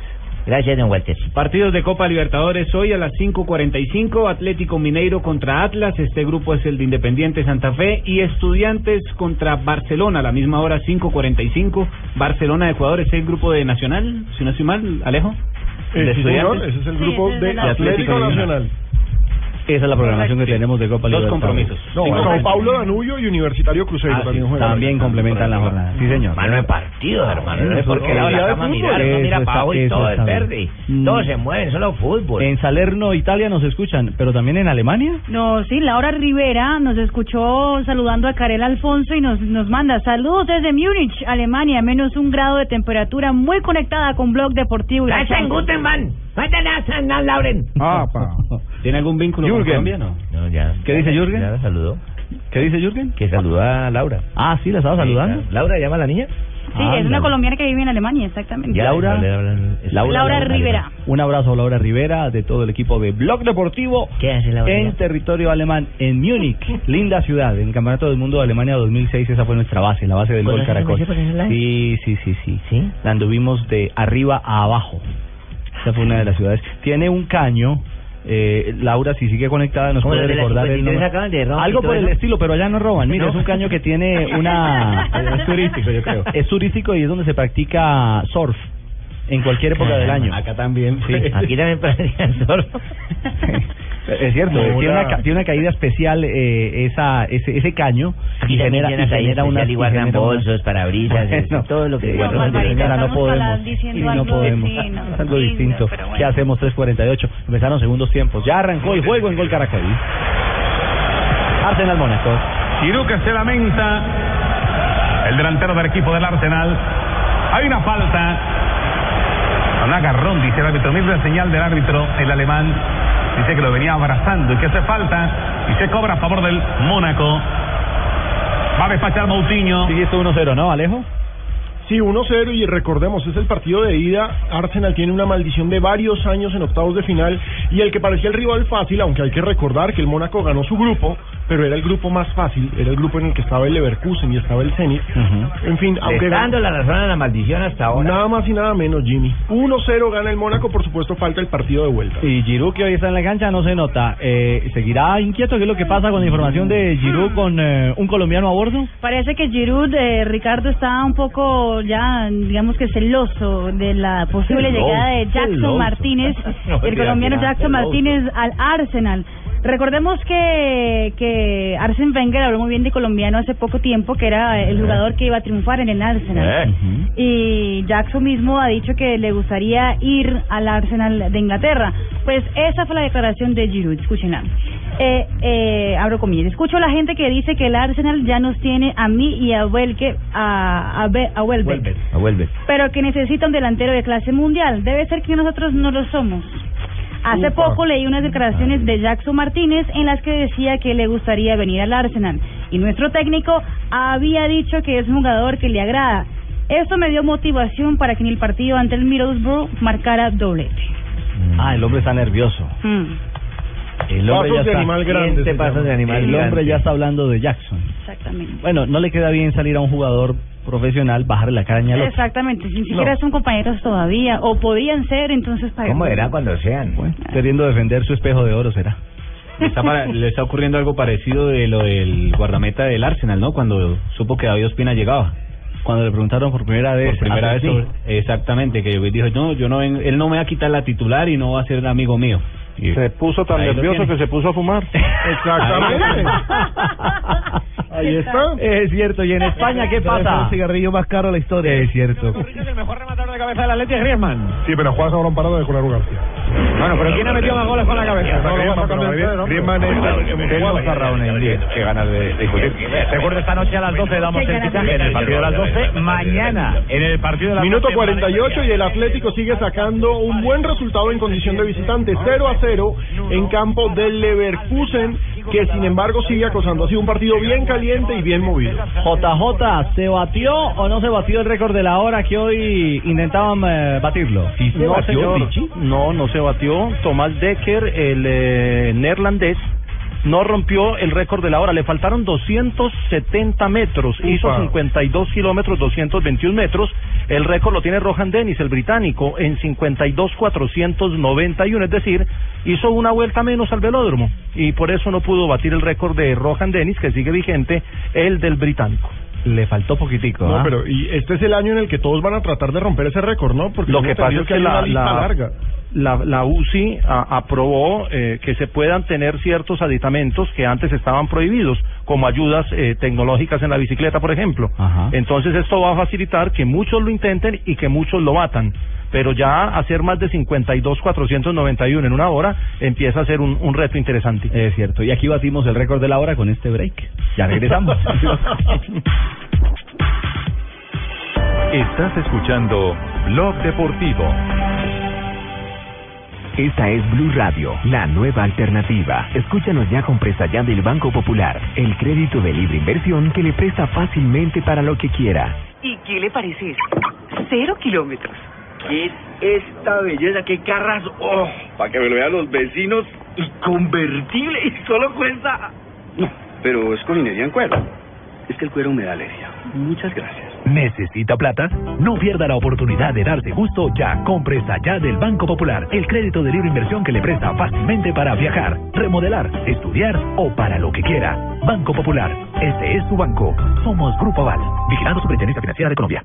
Gracias, don Walter.
Partidos de Copa Libertadores hoy a las 5.45, Atlético Mineiro contra Atlas, este grupo es el de Independiente Santa Fe y Estudiantes contra Barcelona, a la misma hora 5.45, Barcelona de Ecuador es el grupo de Nacional, si no estoy mal, Alejo.
Eh,
¿De
sí,
Estudiantes?
señor, ese es el
Sí,
grupo
ese es
de
el de
Atlético
Atlético
Nacional.
Esa es la programación que tenemos de Copa
Dos
Libertadores.
compromisos.
No,
Cinco
Sao
compromisos.
Paulo, Danubio y Universitario Cruzeiro
Ah, sí,
también juegan.
también complementan la jornada. Sí, señor.
Mano de partido, hermano. No sé por
eh,
qué lado de la cama mirar, uno mira para abajo y todo es verde. Todos se mueven, solo fútbol.
En Salerno, Italia nos escuchan, pero también en Alemania.
No, sí, Laura Rivera nos escuchó saludando a Karel Alfonso y nos, nos manda saludos desde Múnich, Alemania, menos un grado de temperatura, muy conectada con Blog Deportivo. y la
Gracias,
Champions.
Gutenberg.
Lauren.
Ah, pa.
*laughs* ¿Tiene algún vínculo con
Jürgen.
Colombia? No.
No, ya.
¿Qué dice Jürgen?
Ya la saludó.
¿Qué dice Jürgen?
Que saluda a Laura.
Ah, sí, la estaba
Sí,
saludando.
ya. ¿Laura llama a la niña?
Sí, es una colombiana que vive en Alemania, exactamente.
Laura,
Laura Rivera.
Un abrazo a Laura Rivera de todo el equipo de Blog Deportivo en territorio alemán, en Múnich, linda ciudad, en el Campeonato del Mundo de Alemania 2006, esa fue nuestra base, la base del
¿Por
gol
eso se
Caracol.
me hizo por ese lado?
Sí, sí, sí, sí, La anduvimos de arriba a abajo. Esa fue una de las ciudades. Tiene un caño. eh, Laura, si sigue conectada, nos
¿Cómo
puede
lo de las
recordar el
53
nombre.
acaban de romper
Algo
y todo
por el
eso? *laughs*
estilo, pero allá no roban. Mira,
No.
es un caño
*laughs*
que tiene una. eh,
Es turístico, yo creo.
Es turístico y es donde se practica surf. En cualquier época del año.
Ah, Acá
también.
*laughs*
Sí.
Aquí también
*laughs*
parecían solos.
Es cierto,
Hola.
tiene una, ca- tiene una caída especial eh, esa, ese, ese caño
Aquí
y
también
genera,
tiene
y
una caída
genera
especial
unas-
y
y
guardan
genera unas-
bolsos, parabrisas,
Bueno,
todo lo que-
sí,
Bueno,
no,
Barbarita,
señora, no
estamos
podemos.
para-
Y
diciendo
no
algo
podemos.
digno,
*laughs* Algo
digno,
distinto.
pero
¿Qué hacemos? 3.48. Empezaron segundos tiempos. Ya arrancó el juego en Gol Caracol. Arsenal Mónaco.
Giroud que se lamenta. El delantero del equipo del Arsenal. Hay una falta. Un agarrón, dice el árbitro. Mira la señal del árbitro, el alemán. Dice que lo venía abrazando y que hace falta. Y se cobra a favor del Mónaco. Va a despachar Moutinho.
Sigue esto 1-0, ¿no, Alejo?
Sí, 1-0 y recordemos, es el partido de ida. Arsenal tiene una maldición de varios años en octavos de final y el que parecía el rival fácil, aunque hay que recordar que el Mónaco ganó su grupo, pero era el grupo más fácil, era el grupo en el que estaba el Leverkusen y estaba el Zenit. En fin, aunque
dando la razón a la maldición hasta ahora.
Nada más y nada menos, Jimmy. 1-0 gana el Mónaco, por supuesto falta el partido de vuelta.
Y Giroud, que hoy está en la cancha, no se nota. Eh, ¿Seguirá inquieto? ¿Qué es lo que pasa con la información de Giroud con eh, un colombiano a bordo?
Parece que Giroud, eh, Ricardo, está un poco ya, digamos que celoso de la posible
Celoso,
llegada de Jackson
celoso.
Martínez,
*laughs* No,
el
mentira,
colombiano
mentira,
Jackson
celoso.
Martínez al Arsenal. Recordemos que, que Arsene Wenger habló muy bien de colombiano hace poco tiempo, que era el jugador que iba a triunfar en el Arsenal.
Eh,
Eh.
y Jackson mismo ha dicho que le gustaría ir al Arsenal de Inglaterra. Pues esa fue la declaración de Giroud, escúchenla. Eh, eh, abro comillas. Escucho a la gente que dice que el Arsenal ya nos tiene a mí y a Welke, a, a, Be- a Welbeck,
A Welbeck.
pero que necesita un delantero de clase mundial. Debe ser que nosotros no lo somos. Hace
Upa.
poco leí unas declaraciones de Jackson Martínez en las que decía que le gustaría venir al Arsenal y nuestro técnico había dicho que es un jugador que le agrada. Esto me dio motivación para que en el partido ante el Middlesbrough marcara doblete.
Ah, el hombre está nervioso.
Mm.
El hombre
Pasos
ya
de
está-
animal grande
Siente
se
pasos
llama.
de animal
El
grande. el
hombre
hombre
ya
ya está hablando de Jackson.
Exactamente.
Bueno, no le queda bien salir a un jugador profesional, bajarle la caña al otro.
Exactamente, ni
No.
siquiera son compañeros todavía, o podían ser, entonces para
cuando sean? queriendo defender su espejo de oro, será.
Le está, para- le está ocurriendo algo parecido de lo del guardameta del Arsenal, ¿no? Cuando supo que David Ospina llegaba.
Cuando le preguntaron por primera vez.
Por primera
a
vez,
Pepsi.
sobre- exactamente, que dijo, no, yo no, ven- él no me va a quitar la titular y no va a ser amigo mío. se puso
tan nervioso que se puso a fumar.
Ahí está.
Es cierto, y en España, ¿qué pasa?
El
cigarrillo más caro de la historia. Es cierto.
de cabeza de la Leti Griezmann. Sí, pero juega sobre un parado de Julio García.
Bueno, pero ¿quién ha metido más goles con la cabeza?
No, no,
Griezmann, pero Griezmann- Griezmann es- es más cerrado en inglés. Qué ganas de discutir. Recuerdo esta noche a las 12 damos el fichaje en el partido de las 12. Mañana en el partido de las
Minuto
12,
48 y el Atlético sigue sacando un buen resultado en condición de visitante, 0 a 0 en campo del Leverkusen, que sin embargo sigue acosando. Ha sido un partido bien caliente y bien movido.
JJ, ¿se batió o no se batió el récord de la hora que hoy intentaban eh, batirlo?
No, señor. No, no se batió. Tomás Decker, el eh, neerlandés, no rompió el récord de la hora. Le faltaron 270 metros. Hizo 52 kilómetros, 221 metros. El récord lo tiene Rohan Dennis, el británico, en 52,491. Es decir, hizo una vuelta menos al velódromo. Y por eso no pudo batir el récord de Rohan Dennis, que sigue vigente, el del británico.
Le faltó poquitico.
¿Ah?
No, pero y este es el año en el que todos van a tratar de romper ese récord, ¿no? Porque
lo
tengo
que pasa
entendido
es que,
hay
la,
una lista
la-
larga.
la- la UCI a- aprobó eh, que se puedan tener ciertos aditamentos que antes estaban prohibidos, como ayudas eh, tecnológicas en la bicicleta, por ejemplo. Entonces esto va a facilitar que muchos lo intenten y que muchos lo batan. Pero ya hacer más de 52.491 en una hora empieza a ser un, un reto interesante.
Es cierto. Y aquí batimos el récord de la hora con este break. Ya
*laughs*
regresamos.
Estás escuchando Blog Deportivo.
Esta es Blue Radio, la nueva alternativa. Escúchanos ya con presta ya del Banco Popular, el crédito de libre inversión que le presta fácilmente para lo que quiera.
*laughs* ¿Y qué le parece esto? Cero kilómetros.
¿Qué es esta belleza? ¡Qué carras! ¡Oh! Para que me lo vean los vecinos. Y convertible. Y solo cuesta... No, pero es con minería en cuero. Es que el cuero me da alegría. Muchas gracias.
¿Necesita plata? No pierda la oportunidad de darse gusto ya con Presta Ya del Banco Popular, el crédito de libre inversión que le presta fácilmente para viajar, remodelar, estudiar o para lo que quiera. Banco Popular, este es su banco. Somos Grupo Aval, vigilando Superintendencia Financiera de Colombia.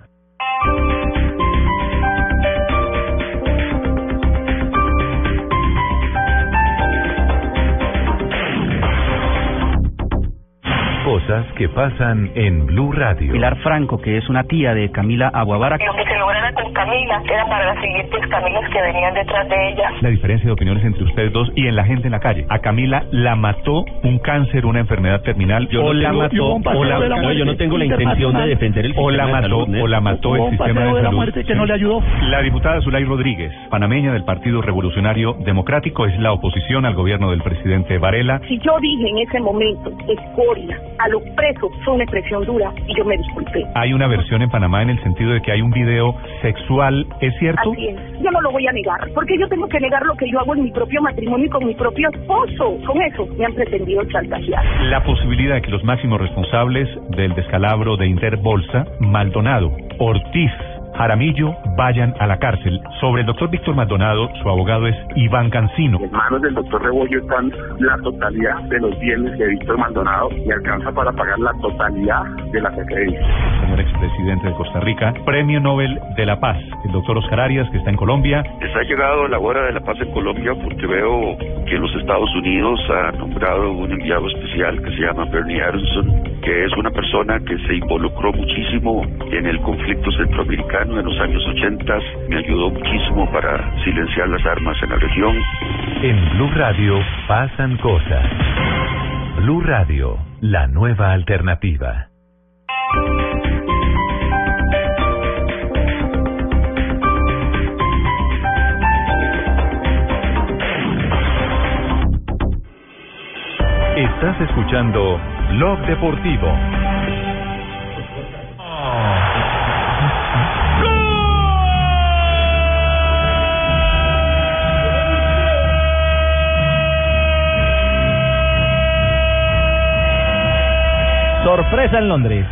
Cosas que pasan en Blue Radio.
Pilar Franco, que es una tía de Camila Aguavara.
Lo que se lograra con Camila era para las siguientes Camilas que venían detrás de ella.
la diferencia de opiniones entre ustedes dos y en la gente en la calle. A Camila la mató un cáncer, una enfermedad terminal.
Yo no
o la
tengo- yo hubo un
mató,
paseo
o la,
de la No, yo no muerte tengo la intención de defender el
o la
sistema de
mató,
salud, ¿eh?
o la mató
Hubo
el
un
sistema
paseo de la
salud.
muerte que no le
ayudó. La diputada Zulay Rodríguez, panameña del Partido Revolucionario Democrático, es la oposición al gobierno del presidente Varela. Si yo dije en ese momento escoria a lo
expreso, fue una expresión dura y yo me disculpé.
Hay una versión en Panamá en el sentido de que hay un video sexual, ¿es cierto?
Así es. Yo no lo voy a negar, porque yo tengo que negar lo que yo hago en mi propio matrimonio y con mi propio esposo. Con eso me han pretendido chantajear.
La posibilidad de que los máximos responsables del descalabro de Interbolsa, Maldonado, Ortiz, Jaramillo vayan a la cárcel. Sobre el doctor Víctor Maldonado, su abogado es Iván Cancino.
En manos del doctor Rebollo están la totalidad de los bienes de Víctor Maldonado y alcanza para pagar la totalidad de
*laughs*
las acreencias.
Señor expresidente de Costa Rica, premio Nobel de la Paz, el doctor Oscar Arias, que está en Colombia.
Está llegado la hora de la paz en Colombia porque veo que los Estados Unidos ha nombrado un enviado especial que se llama Bernie Aronson, que es una persona que se involucró muchísimo en el conflicto centroamericano en los años 80 me ayudó muchísimo para silenciar las armas en la región.
En Blue Radio pasan cosas. Blue Radio, la nueva alternativa. Estás escuchando Blog Deportivo.
Sorpresa en Londres.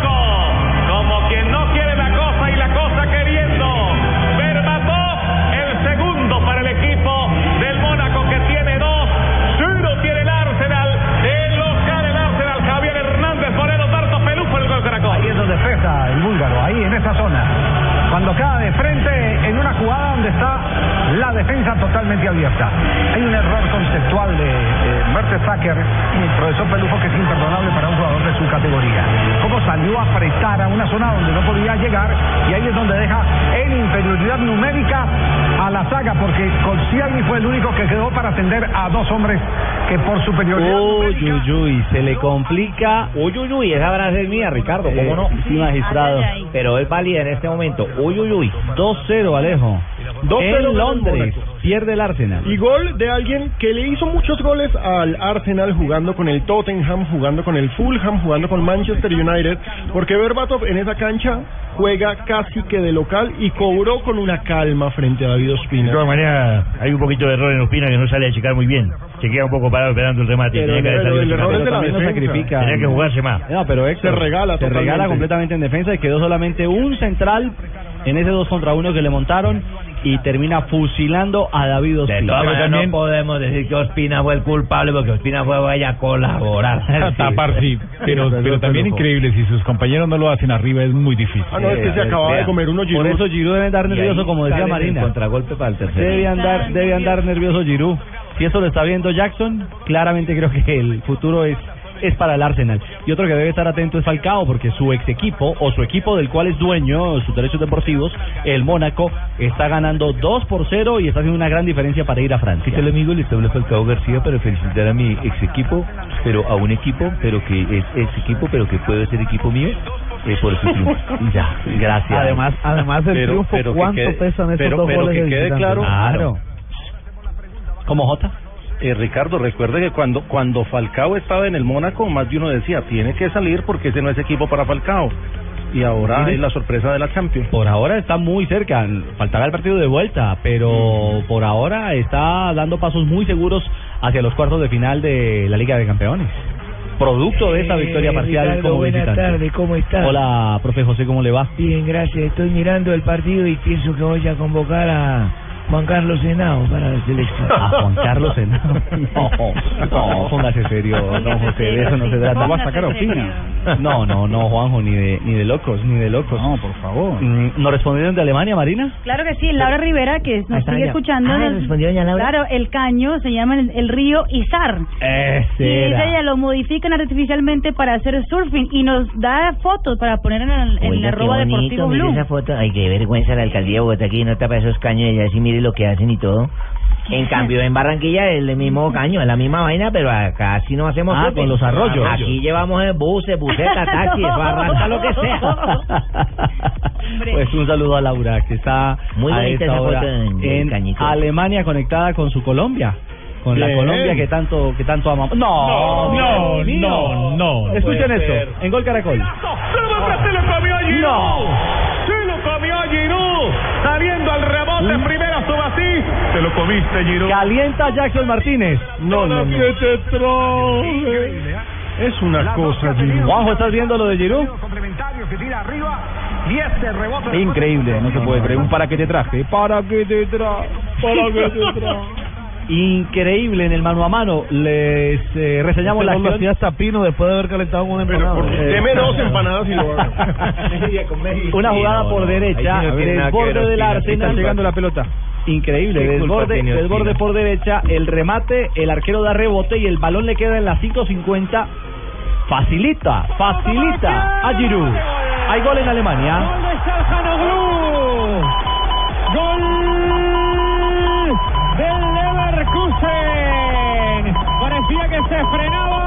Como quien no quiere la cosa y la cosa queriendo. Berbató el segundo para el equipo del Mónaco que tiene dos. Ciro tiene el Arsenal. El local el Arsenal. Javier Hernández Moreno, Tarto Pelú por el gol Caracol.
Ahí es donde pesa el búlgaro, ahí en esa zona. Cuando cae de frente en una jugada donde está la defensa totalmente abierta. Hay un error conceptual de eh, Mertesacker, profesor Pelufo, que es imperdonable para un jugador de su categoría. Cómo salió a apretar a una zona donde no podía llegar y ahí es donde deja en inferioridad numérica a la saga, porque Colciani fue el único que quedó para atender a dos hombres que por superioridad
Uy, uy, uy, se le complica. Uy, uy, uy, esa habrá de ser mía, Ricardo, ¿cómo no? Sí, magistrado. Pero es válida en este momento. Uy, uy, uy. 2-0, Alejo.
2-0
en Londres. Pierde el Arsenal.
Y gol de alguien que le hizo muchos goles al Arsenal jugando con el Tottenham, jugando con el Fulham, jugando con Manchester United, porque Berbatov en esa cancha juega casi que de local y cobró con una calma frente a David Ospina.
De todas maneras, hay un poquito de error en Ospina que no sale a checar muy bien. Se queda un poco parado esperando el remate.
Pero
Tenía que haber
el-
salido a
el
checar.
error es de la
También lo
defensa.
sacrifica. Tenía que jugarse más.
No, pero Héctor,
Se regala
se
totalmente.
regala completamente en defensa y quedó solamente un central en ese 2 contra 1 que le montaron y termina fusilando a David Ospina.
De todas maneras, no podemos decir que Ospina fue el culpable porque Ospina fue vaya a colaborar.
*laughs*
A tapar, sí. Pero, pero también increíble, si sus compañeros no lo hacen arriba es muy difícil.
Ah, no, es
Eh,
que se acababa de comer uno Giroud.
Por eso Giroud debe andar nervioso, como decía Marina.
Contragolpe para el tercero.
Debe andar, debe andar nervioso Giroud. Si eso lo está viendo Jackson, claramente creo que el futuro es es para el Arsenal. Y otro que debe estar atento es Falcao, porque su ex equipo, o su equipo del cual es dueño, sus derechos deportivos, el Mónaco, está ganando 2 por 0 y está haciendo una gran diferencia para ir a Francia.
¿Qué tal amigo? Les habla Falcao García para felicitar a mi ex equipo, pero a un equipo, pero que es ex equipo, pero que puede ser equipo mío, eh, por su
*laughs*
triunfo. Y ya, gracias.
Además, además el triunfo, ¿cuánto pesan esos
pero,
dos
pero
goles
que
de
quede
visitante?
claro-
Claro.
¿Como Jota?
Eh, Ricardo, recuerde que cuando, cuando Falcao estaba en el Mónaco, más de uno decía, tiene que salir porque ese no es equipo para Falcao. Y ahora
Mire.
es la sorpresa de la Champions.
Por ahora está muy cerca, faltará el partido de vuelta, pero por ahora está dando pasos muy seguros hacia los cuartos de final de la Liga de Campeones. Producto de esta victoria
Eh,
parcial
Ricardo,
como
buenas
visitante.
tardes, ¿cómo está?
Hola, profe José, ¿cómo le va?
Bien, gracias. Estoy mirando el partido y pienso que voy a convocar a Juan Carlos Henao para la selección.
*laughs* A Juan
*laughs*
Carlos Henao. No, no, póngase serio, don José, de eso no se trata.
No va a sacar a Ospina.
No, no, no, Juanjo, ni de, ni de locos, ni de locos. No, por favor. ¿Nos respondieron de Alemania, Marina?
Claro que sí, Laura Rivera, que nos
está
sigue
doña-
escuchando.
Ah,
nos-
respondió doña Laura.
Claro, el caño se llama el, el río Izar. Y
Ese
dice ella, lo modifican artificialmente para hacer surfing y nos da fotos para poner en el, en la
Oiga, qué
arroba
bonito,
deportivo
mire
blue.
esa foto. Ay, qué vergüenza la alcaldía de Bogotá aquí no tapa esos caños y así mire lo que hacen y todo. En cambio, en Barranquilla es el mismo caño, es la misma vaina, pero acá sí no hacemos
Ah,
surfing.
con los arroyos.
Aquí llevamos eh, buses, busetas, taxis, eso arrastra lo que sea.
Pues un saludo a Laura, que está
Muy
a
bonita
esta
esa
hora
foto en- del
en
Cañizo.
Alemania conectada con su Colombia. Con la
Bien.
Colombia que tanto, que tanto amamos. No,
No,
Dios mío.
no, no, no
Escuchen
puede
esto,
ser.
en Gol Caracol.
Se lo va a- se lo comió Giroud. Se lo comió Giroud. Saliendo al rebote, primera Subasí.
Te lo comiste, Giro. Calienta Jackson Martínez. No, no, no.
Es una cosa, Giroud.
Juanjo, ¿estás viendo lo de Giroud?
*laughs* Complementario que tira arriba. Y este rebote. de-
Increíble, no se puede creer. Un para que te traje. Para que te traje.
*laughs*
Para que te traje. Increíble en el mano a mano. Les eh, reseñamos la
Este gol lo
acción.
hacía hasta Pino después de haber calentado con una empanada.
Eh, Una jugada por derecha, del borde del Arsenal. pelota. Increíble,
Qué
del
culpa
borde,
tiene
del
Ospina.
borde por derecha, el remate, el arquero da rebote y el balón le queda en la 5.50. Facilita, facilita a Giroud. Hay gol en Alemania.
Gol del Leverkusen. Parecía que se frenaba,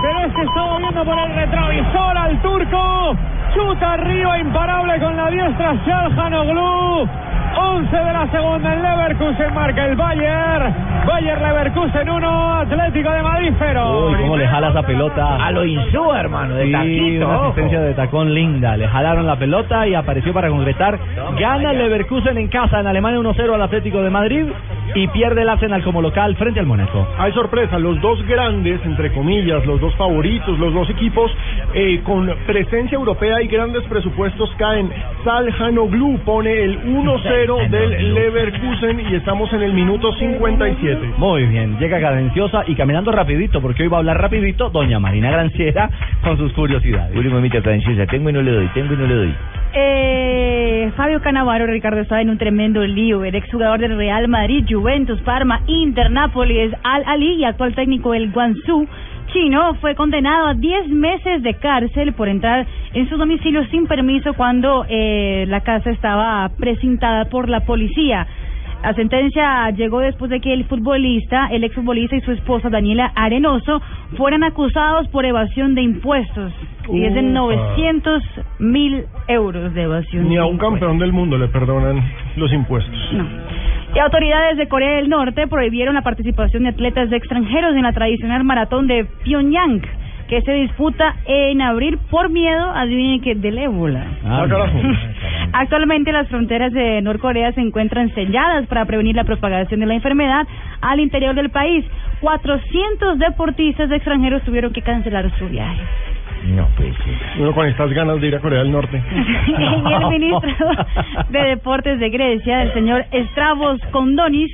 pero es que estaba viendo por el retrovisor al turco. Chuta arriba imparable con la diestra Shalhanoglu. 11 de la segunda en Leverkusen marca el Bayern. Bayern Leverkusen 1, Atlético de Madrid 0.
Uy, cómo le jala esa pelota.
A lo Insúa, hermano, de
Sí,
taquito,
una
ojo.
asistencia de tacón linda. Le jalaron la pelota y apareció para concretar. Gana el Leverkusen en casa en Alemania 1-0 al Atlético de Madrid y pierde el Arsenal como local frente al Mónaco.
Hay sorpresa, los dos grandes, entre comillas, los dos favoritos, los dos equipos eh, con presencia europea y grandes presupuestos caen. Salhanoglu pone el 1-0 del Leverkusen y estamos en el minuto 57.
Muy bien, llega cadenciosa y caminando rapidito, porque hoy va a hablar rapidito doña Marina Granciera con sus curiosidades.
Uri, mamita francesa, tengo y no le doy, tengo y no le doy.
Eh, Fabio Canavaro, Ricardo, está en un tremendo lío. El exjugador del Real Madrid, Juventus, Parma, Inter, Nápoles, Al-Ali y actual técnico del Guangzhou chino fue condenado a 10 meses de cárcel por entrar en su domicilio sin permiso cuando eh, la casa estaba precintada por la policía. La sentencia llegó después de que el futbolista, el exfutbolista y su esposa Daniela Arenoso fueran acusados por evasión de impuestos. Y es de
Ufa.
900 mil euros de evasión.
Ni a
de
un campeón del mundo le perdonan los impuestos.
y autoridades de Corea del Norte prohibieron la participación de atletas de extranjeros en la tradicional maratón de Pyongyang, que se disputa en abril por miedo, adivinen que, del ébola.
Ah, carajo.
Actualmente las fronteras de Norcorea se encuentran selladas para prevenir la propagación de la enfermedad al interior del país. 400 deportistas extranjeros tuvieron que cancelar su viaje.
No, pues. Uno con estas ganas de ir a Corea del Norte.
*laughs* y el ministro de Deportes de Grecia, el señor Stravos Kondonis,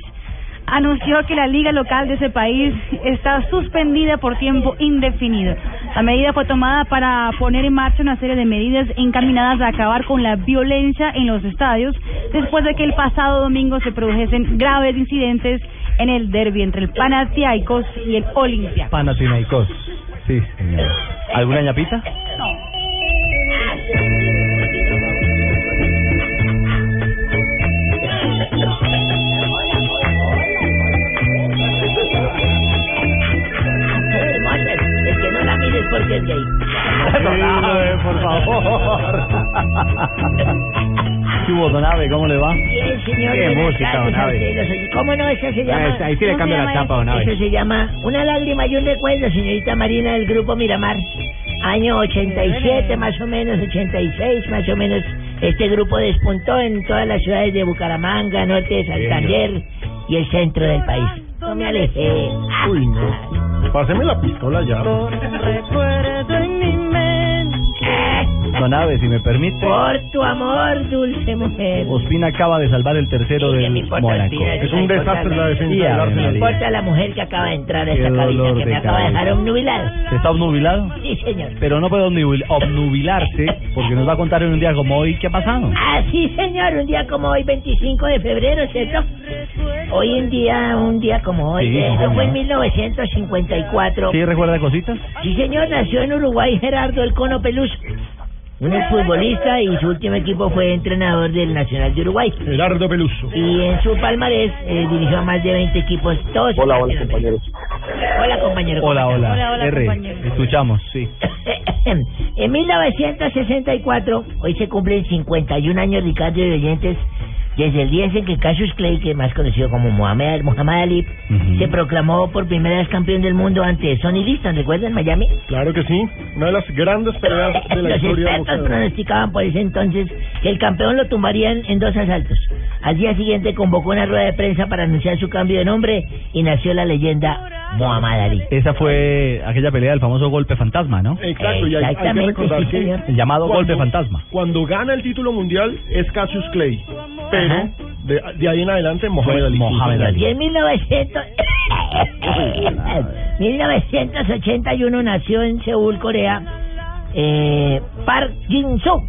anunció que la liga local de ese país está suspendida por tiempo indefinido. La medida fue tomada para poner en marcha una serie de medidas encaminadas a acabar con la violencia en los estadios después de que el pasado domingo se produjesen graves incidentes en el derby entre el Panathinaikos y el Olimpia.
Panathinaikos. Sí, señor. ¿Alguna ñapita?
Es que no la mires porque es gay.
por favor. ¿Qué hubo, don Abe? ¿Cómo le va?
Bien, señor.
Qué
buenas
música,
tardes
don
a
Abe.
ustedes. ¿Cómo no? Esa se llama.
Ahí sí le
¿cómo
cambio
se
la
llama
tapa, don Abe.
Eso se llama Una lágrima y un recuerdo, señorita Marina del Grupo Miramar. Año 87, más o menos, 86, más o menos. Este grupo despuntó en todas las ciudades de Bucaramanga, norte de Santander y el centro del país. No me alejé.
Uy, no. Páseme la pistola ya.
Recuerdo en mi
Don Abe, si me permite.
Por tu amor, dulce mujer.
Ospina acaba de salvar el tercero del Mónaco.
Ospina, no me importa nada.
Y Ave
No me
María.
importa la mujer que acaba de entrar a
Qué
esta cabina,
dolor de
que me acaba de
cabeza.
dejar obnubilado.
¿Se está obnubilado?
Sí, señor.
Pero no puede obnubil- obnubilarse porque nos va a contar en un día como hoy qué ha pasado.
Ah, sí, señor, un día como hoy, 25 de febrero, ¿cierto? Hoy en día, un día como hoy,
Sí, sí,
eso fue
señor.
en 1954.
¿Sí recuerda cositas?
Sí, señor, nació en Uruguay Gerardo El Cono Peluso. Un exfutbolista y su último equipo fue entrenador del Nacional de Uruguay.
Gerardo Peluso.
Y en su palmarés eh, dirigió a más de 20 equipos, todos.
Hola,
en
hola,
Latinoamérica. Hola, compañero.
Hola,
¿cómo
hola.
estás?
R. Escuchamos, sí.
En, en 1964, hoy se cumplen 51 años, Ricardo y oyentes, desde el día en que Cassius Clay, que es más conocido como Mohamed, Muhammad Ali, se proclamó por primera vez campeón del mundo ante Sonny Liston, ¿recuerdan Miami?
Claro que
*laughs*
sí, una de las grandes peleas de la
Los
historia
expertos
boxeadora.
pronosticaban por ese entonces que el campeón lo tumbarían en dos asaltos. Al día siguiente convocó una rueda de prensa para anunciar su cambio de nombre y nació la leyenda Muhammad Ali.
Esa fue aquella pelea del famoso golpe fantasma, ¿no?
Exacto, y hay, hay que recordar que
El llamado
cuando-
golpe fantasma.
Cuando gana el título mundial es Cassius Clay, pero
Ajá.
de, de ahí en adelante
Pues,
Mohamed Ali. Sí,
Y
*laughs*
en 1900... 1981 nació en Seúl, Corea, eh, Park Jin-soo.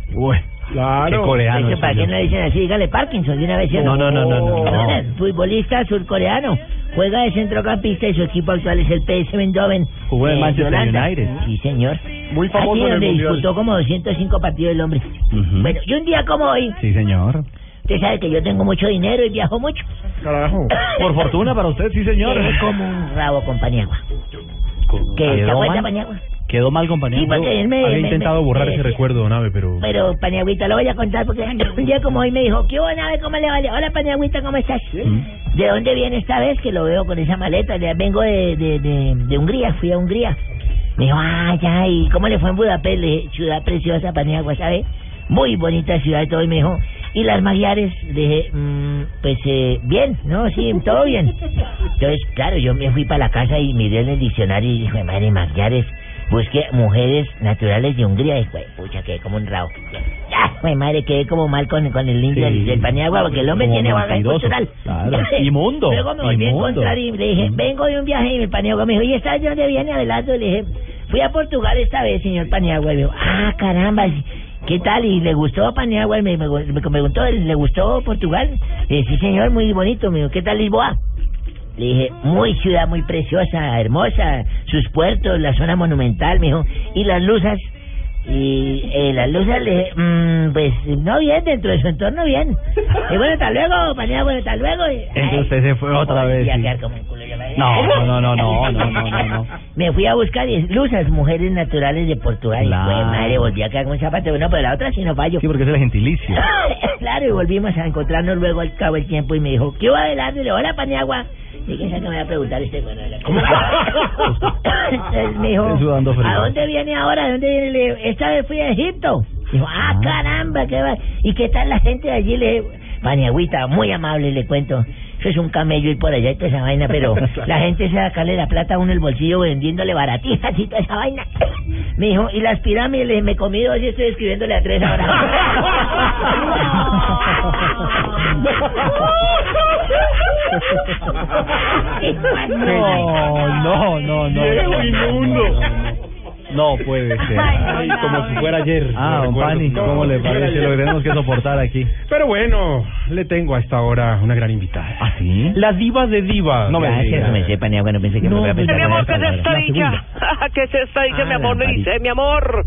Claro.
Ese ¿Para qué no le dicen así? Dígale Parkinson de una vez. ¿cierto?
No, no, no, no, no,
*laughs* Futbolista surcoreano. Juega de centrocampista y su equipo actual es el PSV Eindhoven. eh,
Jugó en
de
Manchester
Holanda.
United.
Sí, señor.
Muy famoso
Aquí
en el
donde
Mundial.
disputó como 205 partidos el hombre.
Ujú.
Bueno, y un día como hoy,
Sí, señor.
usted sabe que yo tengo mucho dinero y viajo mucho.
Carajo.
Por fortuna para usted, sí,
*laughs*
señor.
Quedé como un rabo con Paniagua. ¿Qué? ¿Te
Quedó
acuerdas,
mal.
Paniagua?
Quedó mal compañero.
Sí, porque él me-
Había
me-
intentado
me-
borrar
me
ese
decía-
recuerdo, Nave, pero...
Pero Paniagüita lo voy a contar porque un día como hoy me dijo, ¿qué hubo, Nave? ¿Cómo le vale? Hola, Paniagüita, ¿cómo estás? ¿De dónde viene esta vez que lo veo con esa maleta? Le- Vengo de, de, de, de Hungría, fui a Hungría. Me dijo, ah, ya, ¿y cómo le fue en Budapest? Le dije, ciudad preciosa, Paniagua, ¿sabe? Muy bonita ciudad y todo, y me dijo, ¿y las magiares? Le dije, "Mm, pues eh, bien, ¿no? Sí, todo bien. Entonces, claro, yo me fui para la casa y miré en el diccionario y dije, madre, magiares. Busqué mujeres naturales de Hungría y pues, pucha, quedé como un rabo. Ya, mi madre, quedé como mal con, con el link
Sí.
del, del Paniagua porque el hombre
Como
tiene vaga
mentiroso.
cultural.
Claro. Inmundo,
Luego me volví a
inmundo.
encontrar y le
Mm.
dije, vengo de un viaje y el Paniagua me dijo, ¿y estás de dónde viene Abelardo? Y le dije, fui a Portugal esta vez, señor Paniagua. Y me dijo, ah, caramba, ¿qué tal? Y le gustó a Paniagua, y me, me, me preguntó, ¿le gustó Portugal? Le dije, sí, señor, muy bonito. Me dijo, ¿qué tal Lisboa? Le dije, muy ciudad, muy preciosa, hermosa, sus puertos, la zona monumental, me dijo, y las luzas. Y eh, las luces le dije, "Mm, pues no bien, dentro de su entorno bien. Y bueno, hasta luego, Paniagua, bueno, hasta luego. Y,
Entonces usted se fue otra
ay,
vez.
y a
sí.
quedar como el culo, yo me-
No, no, no, no, no, no, no, no.
¿Eh? Me fui a buscar y luces, mujeres naturales de Portugal.
Claro.
Y fue madre, volví a quedar con un zapato. Bueno, pero la otra sí no fallo.
Sí, porque es el gentilicio.
*laughs* claro, y volvimos a encontrarnos luego al cabo del tiempo y me dijo, ¿qué va adelante? Le digo, hola, Paniagua. Y que me va a preguntar este bueno. la- Entonces me dijo,
Estoy sudando frío.
¿a dónde viene ahora? ¿A dónde viene? Le digo, Esta vez fui a Egipto. Dijo, ah, caramba, qué va. ¿Y qué tal la gente de allí? Le digo, Paniagüita, muy amable, le cuento. Eso es un camello ir por allá y toda esa vaina,
*laughs*
pero la gente se sacarle la plata a uno el bolsillo vendiéndole baratijas y toda esa vaina. *laughs* Me dijo, ¿y las pirámides? Le dije, me comí dos y estoy escribiéndole a tres *laughs* ahora.
No, no, no, no. No puede ser.
Ay, no.
como si fuera ayer. Ah, don
Recuerdo-
Pani,
No,
¿cómo le
como si fuera
parece?
ayer.
Lo que tenemos que soportar aquí.
Pero bueno, le tengo a esta hora una gran invitada. ¿Ah, sí? La diva de divas.
No me
Ah,
Gracias, diga.
me sepan, ya bueno, pensé que me
No,
iba a
pues,
pensar.
mi amor,
en otra
¿qué es
palabra.
esta
La segunda.
dicha? *laughs* ¿Qué es esta dicha,
Ah,
mi amor? Me
Lamparito.
dice, mi amor.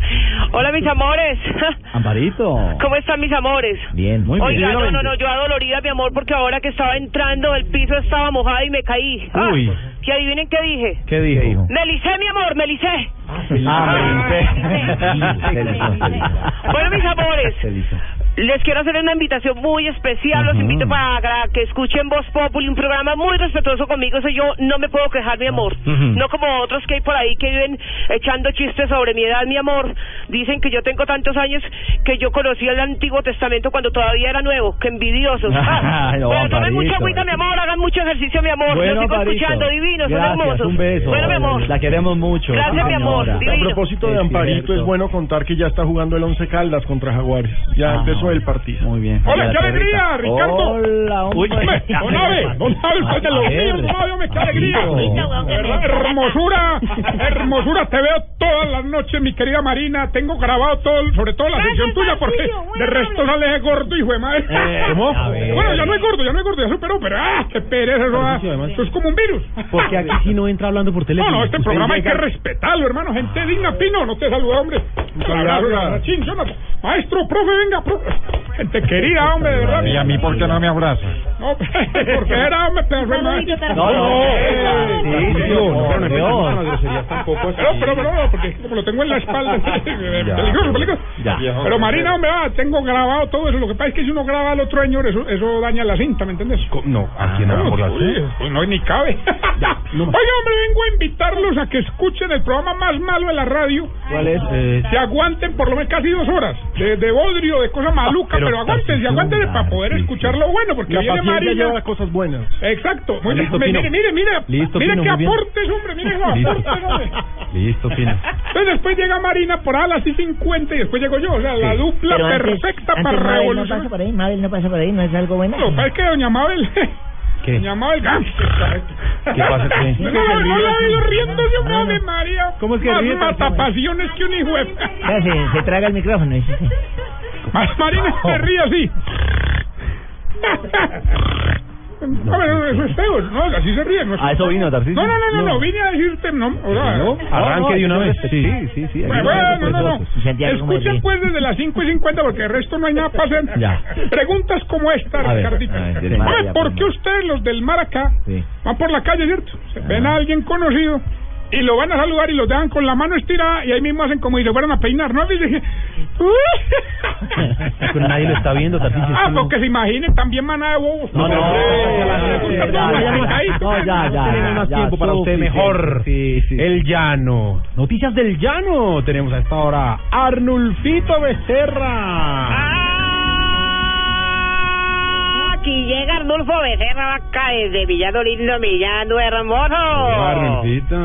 Hola, mis amores. *laughs*
Amparito.
¿Cómo están mis amores?
Bien,
muy bien.
Oiga, no, no, no,
Divinamente.
yo adolorida, mi amor, porque ahora que estaba entrando, el piso estaba mojado y me caí. Ah,
Uy.
¿Y adivinen qué dije?
¿Qué dijo?
Me licé, mi amor, me licé.
Ah, me dice.
Bueno, mis amores, les quiero hacer una invitación muy especial. Los invito para que escuchen Voz Populi, un programa muy respetuoso conmigo. Eso yo no me puedo quejar, mi amor.
Ujú.
No como otros que hay por ahí que viven echando chistes sobre mi edad, mi amor. Dicen que yo tengo tantos años que yo conocí el Antiguo Testamento cuando todavía era nuevo. Que
*laughs*
envidiosos. Ah,
Ay, no,
Pero tomen mucha
Amparito.
agüita, mi amor. Hagan mucho ejercicio, mi amor.
Bueno,
Los sigo
Amparito.
escuchando, divinos,
Gracias,
son hermosos.
un beso.
Bueno, mi amor.
La queremos mucho.
Gracias, mi amor.
Señora.
A propósito de
Es
Amparito,
cierto.
es bueno contar que ya está jugando el Once Caldas contra Jaguares. Ya
Ah,
empezó el partido.
Muy bien.
¡Hola, qué
Gracias,
alegría,
Rita.
Ricardo!
Hola,
Uy,
hombre.
hombre, ¡Don Ave! ¡Don Ave! ¡Falta los
Ayer.
míos! ¡Don Ave, qué alegría!
Ahorita, weón, que me-
Hermosura, hermosura, te veo todas las noches, mi querida Marina. Tengo grabado todo, sobre todo la sección tuya, porque de resto sale gordo, hijo de madre.
Eh, ¿cómo? A ver.
*laughs* Bueno, ya no es gordo, ya no es gordo, ya superó, pero ¡ah! ¡Qué pereza! Eso, ah, eso es como un virus.
Porque aquí sí no entra hablando por
No,
teléfono.
no, este
Usted
programa hay que
llega- Ah.
respetarlo, hermano. Gente digna, Pino, no te saluda, hombre. Un
Claro,
abrazo,
claro.
un abracín, Jonathan. Maestro, profe, venga, profe. Gente querida, hombre, de verdad.
¿Y a mí por qué no me
abraza? No, porque era hombre, pero soy macho.
No, no,
eh, Sí,
sí, no,
sí, no,
pero no empecemos
no.
con las groserías tampoco así.
eh, Pero, pero, pero, no, porque es que como lo tengo en la espalda,
Ya.
peligroso, peligroso.
Ya.
Pero Marina, hombre, ah, tengo grabado todo eso. Lo que pasa es que si uno graba al otro año, eso, eso daña la cinta, ¿me entiendes?
No, ¿a quién
Ah,
hablamos
no,
las
uy, pues no, ni cabe. Oiga, hombre, vengo a invitarlos a que escuchen el programa más malo de la radio. Eh,
¿Cuál es?
Se aguanten por lo menos casi dos horas de, de bodrio, de cosa maluca, pero, aguanten, se aguanten para poder escuchar lo bueno, porque
La
viene
paciencia
Marina.
lleva cosas buenas.
Exacto, muy bien.
Listo,
Mire,
Pino.
mire, mire,
Listo,
mire
Pino,
qué
muy bien.
aportes, hombre, mire los
Listo.
aportes, hombre.
Listo, Pino.
Entonces después llega Marina por a las 50 y después llego yo, o sea, *laughs* la dupla
Pero antes-
perfecta
antes
para
Mabel
revolucionar.
No pasa por ahí, Mabel no pasa por ahí, no es algo bueno. Ah.
Lo que pasa es que doña Mabel, doña Mabel,
¿Qué pasa, qué?
No, no, no la veo riendo, Dios mío, de María.
¿Cómo es que
Más
ríe tan
matapasiones que un hijo de-
Ya, se, se traga el micrófono. dice.
Más Marina se ríe así. No, *laughs* pero eso es feo, no, así se ríe. No es-
A eso vino, Tarcísio.
No, no, no, no, no, vine a decirte, no, o sea,
No, no, yo respeto-
Sí,
sí, sí.
Bueno, bueno, no, no, no. Escuchen pues desde las 5 y 50 porque el resto no hay nada para hacer. Preguntas como esta,
A ver,
Ricardito.
a ver, del
Hombre,
mar allá,
¿Por
pues,
qué ustedes los del mar acá
Sí.
van por la calle, cierto? Se Ven a alguien conocido y lo van a saludar y lo dejan con la mano estirada y ahí mismo hacen como si se fueran a peinar, ¿no? Dice, *laughs*
Pero nadie lo está viendo, Tarcísio. *laughs*
ah, porque se imaginen también maná de bobos.
No, no,
Hombre,
no, ya, ya. Tenemos más tiempo para usted mejor. El llano. Noticias del llano. Tenemos a esta hora Arnulfito Becerra.
Aquí llega Arnulfo Becerra Vaca desde Villano Lindo, Villano Ah. Hermoso.
Arnulfito.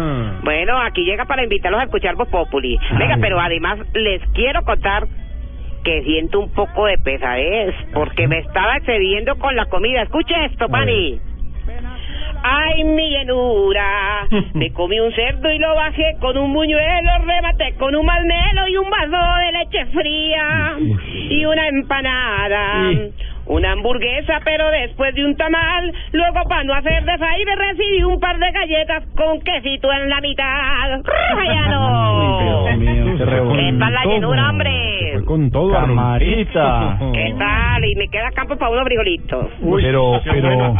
Bueno, aquí llega para invitarlos a escuchar Voz Populi. Venga,
Ay.
pero además les quiero contar que siento un poco de pesadez porque me estaba excediendo con la comida. Escuche esto, Pani. Ay, mi llenura, me comí un cerdo y lo bajé con un buñuelo, rematé con un malmelo y un vaso de leche fría y una empanada. Una hamburguesa, pero después de un tamal. Luego, para no hacer desaire, recibí un par de galletas con quesito en la mitad. ¡Rayano! ¿Qué tal la llenura, hombre?
Con todo,
Camarita.
¿Qué tal? Y me queda campo para unos frijolitos.
pero, pero,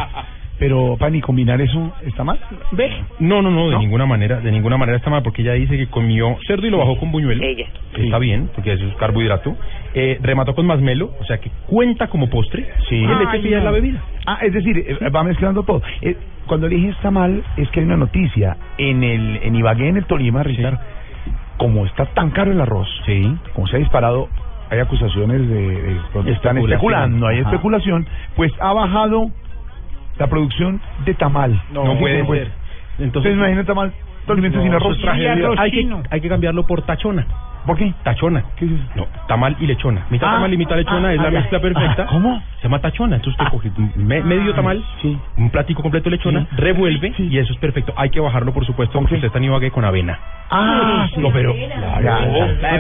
pero, Pani, combinar eso está mal. ¿Ve? No, no, no, de ninguna manera, de ninguna manera está mal, porque ella dice que comió cerdo y lo bajó con buñuelo.
Ella.
Está bien, porque eso es carbohidrato. Eh, remató con masmelo, o sea que cuenta como postre. Sí. Y el leche
Ay,
fría es
no.
la bebida.
Ah, es decir, eh, va mezclando todo. Eh, cuando dije está mal, es que hay una noticia. En el en Ibagué, en el Tolima, Richard, como está tan caro el arroz, sí. como se ha disparado, hay acusaciones de, de- donde están
Especulación.
especulando, hay
Ajá.
especulación, pues ha bajado la producción de tamal.
No, puede
pues.
ser.
Entonces, imagínate tamal totalmente
No,
sin
eso
arroz.
es tragedia. Hay que, hay que cambiarlo por tachona. ¿Por qué? Tachona. No, tamal y lechona. Mitad
Ah,
tamal y mitad lechona
ah,
es la
ah,
mezcla
ah,
perfecta. ¿Cómo? Se llama tachona. Entonces usted coge me- medio tamal, un platico completo de lechona, revuelve y eso es perfecto. Hay que bajarlo, por supuesto, porque usted está en Ibagué con avena.
Ah,
No, pero...
La de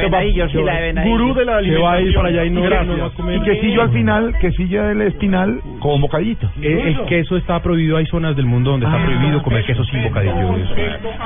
Venadillo, sí, la de Venadillo.
Gurú de la
Se va a ir para allá y no-
Gracias.
Y quesillo al final, quesillo del espinal con bocadito.
Eh, el queso está prohibido, hay zonas del mundo donde
Ah.
está prohibido comer queso sin bocadillo.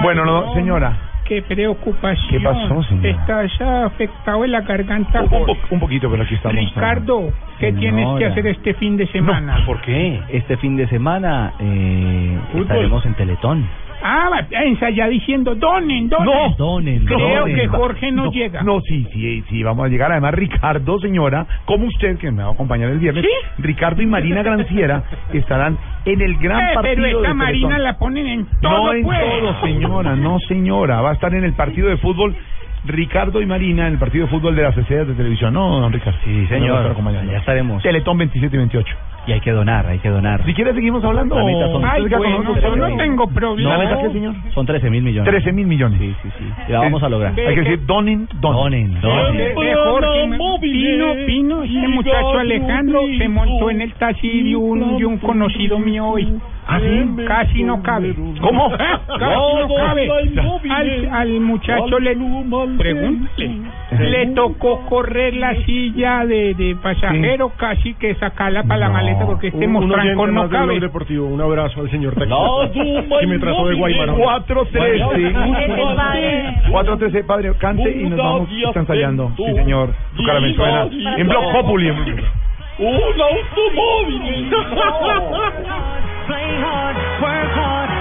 Bueno, no, señora.
Qué preocupación.
¿Qué pasó, señora?
Estás afectado en la garganta.
Un, po- un poquito, pero aquí estamos.
Ricardo, ¿qué
Señora.
tienes que hacer este fin de semana?
¿Por qué? Este fin de semana eh,
Fútbol.
estaremos en Teletón.
Ah, va- ensayá diciendo, donen, donen.
Donen,
Creo
donen.
que Jorge no, llega.
No, sí, sí, sí, vamos a llegar. Además, Ricardo, señora, como usted, que me va a acompañar el viernes, Ricardo y Marina Granciera estarán en el gran
Eh,
partido
pero
de
esta
Teletón.
Marina la ponen en todo,
no en
pues.
todo, señora, no, señora. Va a estar en el partido de fútbol Ricardo y Marina en el partido de fútbol de las estrellas de televisión. No, don Ricardo. Sí,
señor, allá estaremos.
Teletón 27 y 28.
Y hay que donar, hay que donar.
Si quiere, seguimos hablando.
Mamita, son-
Ay,
Oiga,
bueno,
conozco-
yo no tengo
No,
problema. ¿La meta qué, señor?
Son 13 mil millones.
13 mil millones.
Sí, sí, sí. Y la vamos a lograr.
Hay que decir donen, donen.
Eh, eh, Jorge, no- Pino, Pino, este muchacho Alejandro se montó en el taxi de un, de un conocido mío hoy. Casi no cabe.
¿Cómo?
*laughs* Casi no cabe. Al, al muchacho le pregúntele. Le tocó correr la silla de, de pasajero, casi que sacarla para la maleta porque este
Un- un oyente
mostranco no
más del
cabe.
Blog deportivo. Un abrazo al señor
No,
Taquito.
tú,
que me trató de guaymarón.
4-13. 4-13, padre, cante y nos vamos. Está ensayando. Sí, señor. Su cara me suena. En Blog Populi.
¡Un automóvil!
Play hard, work hard,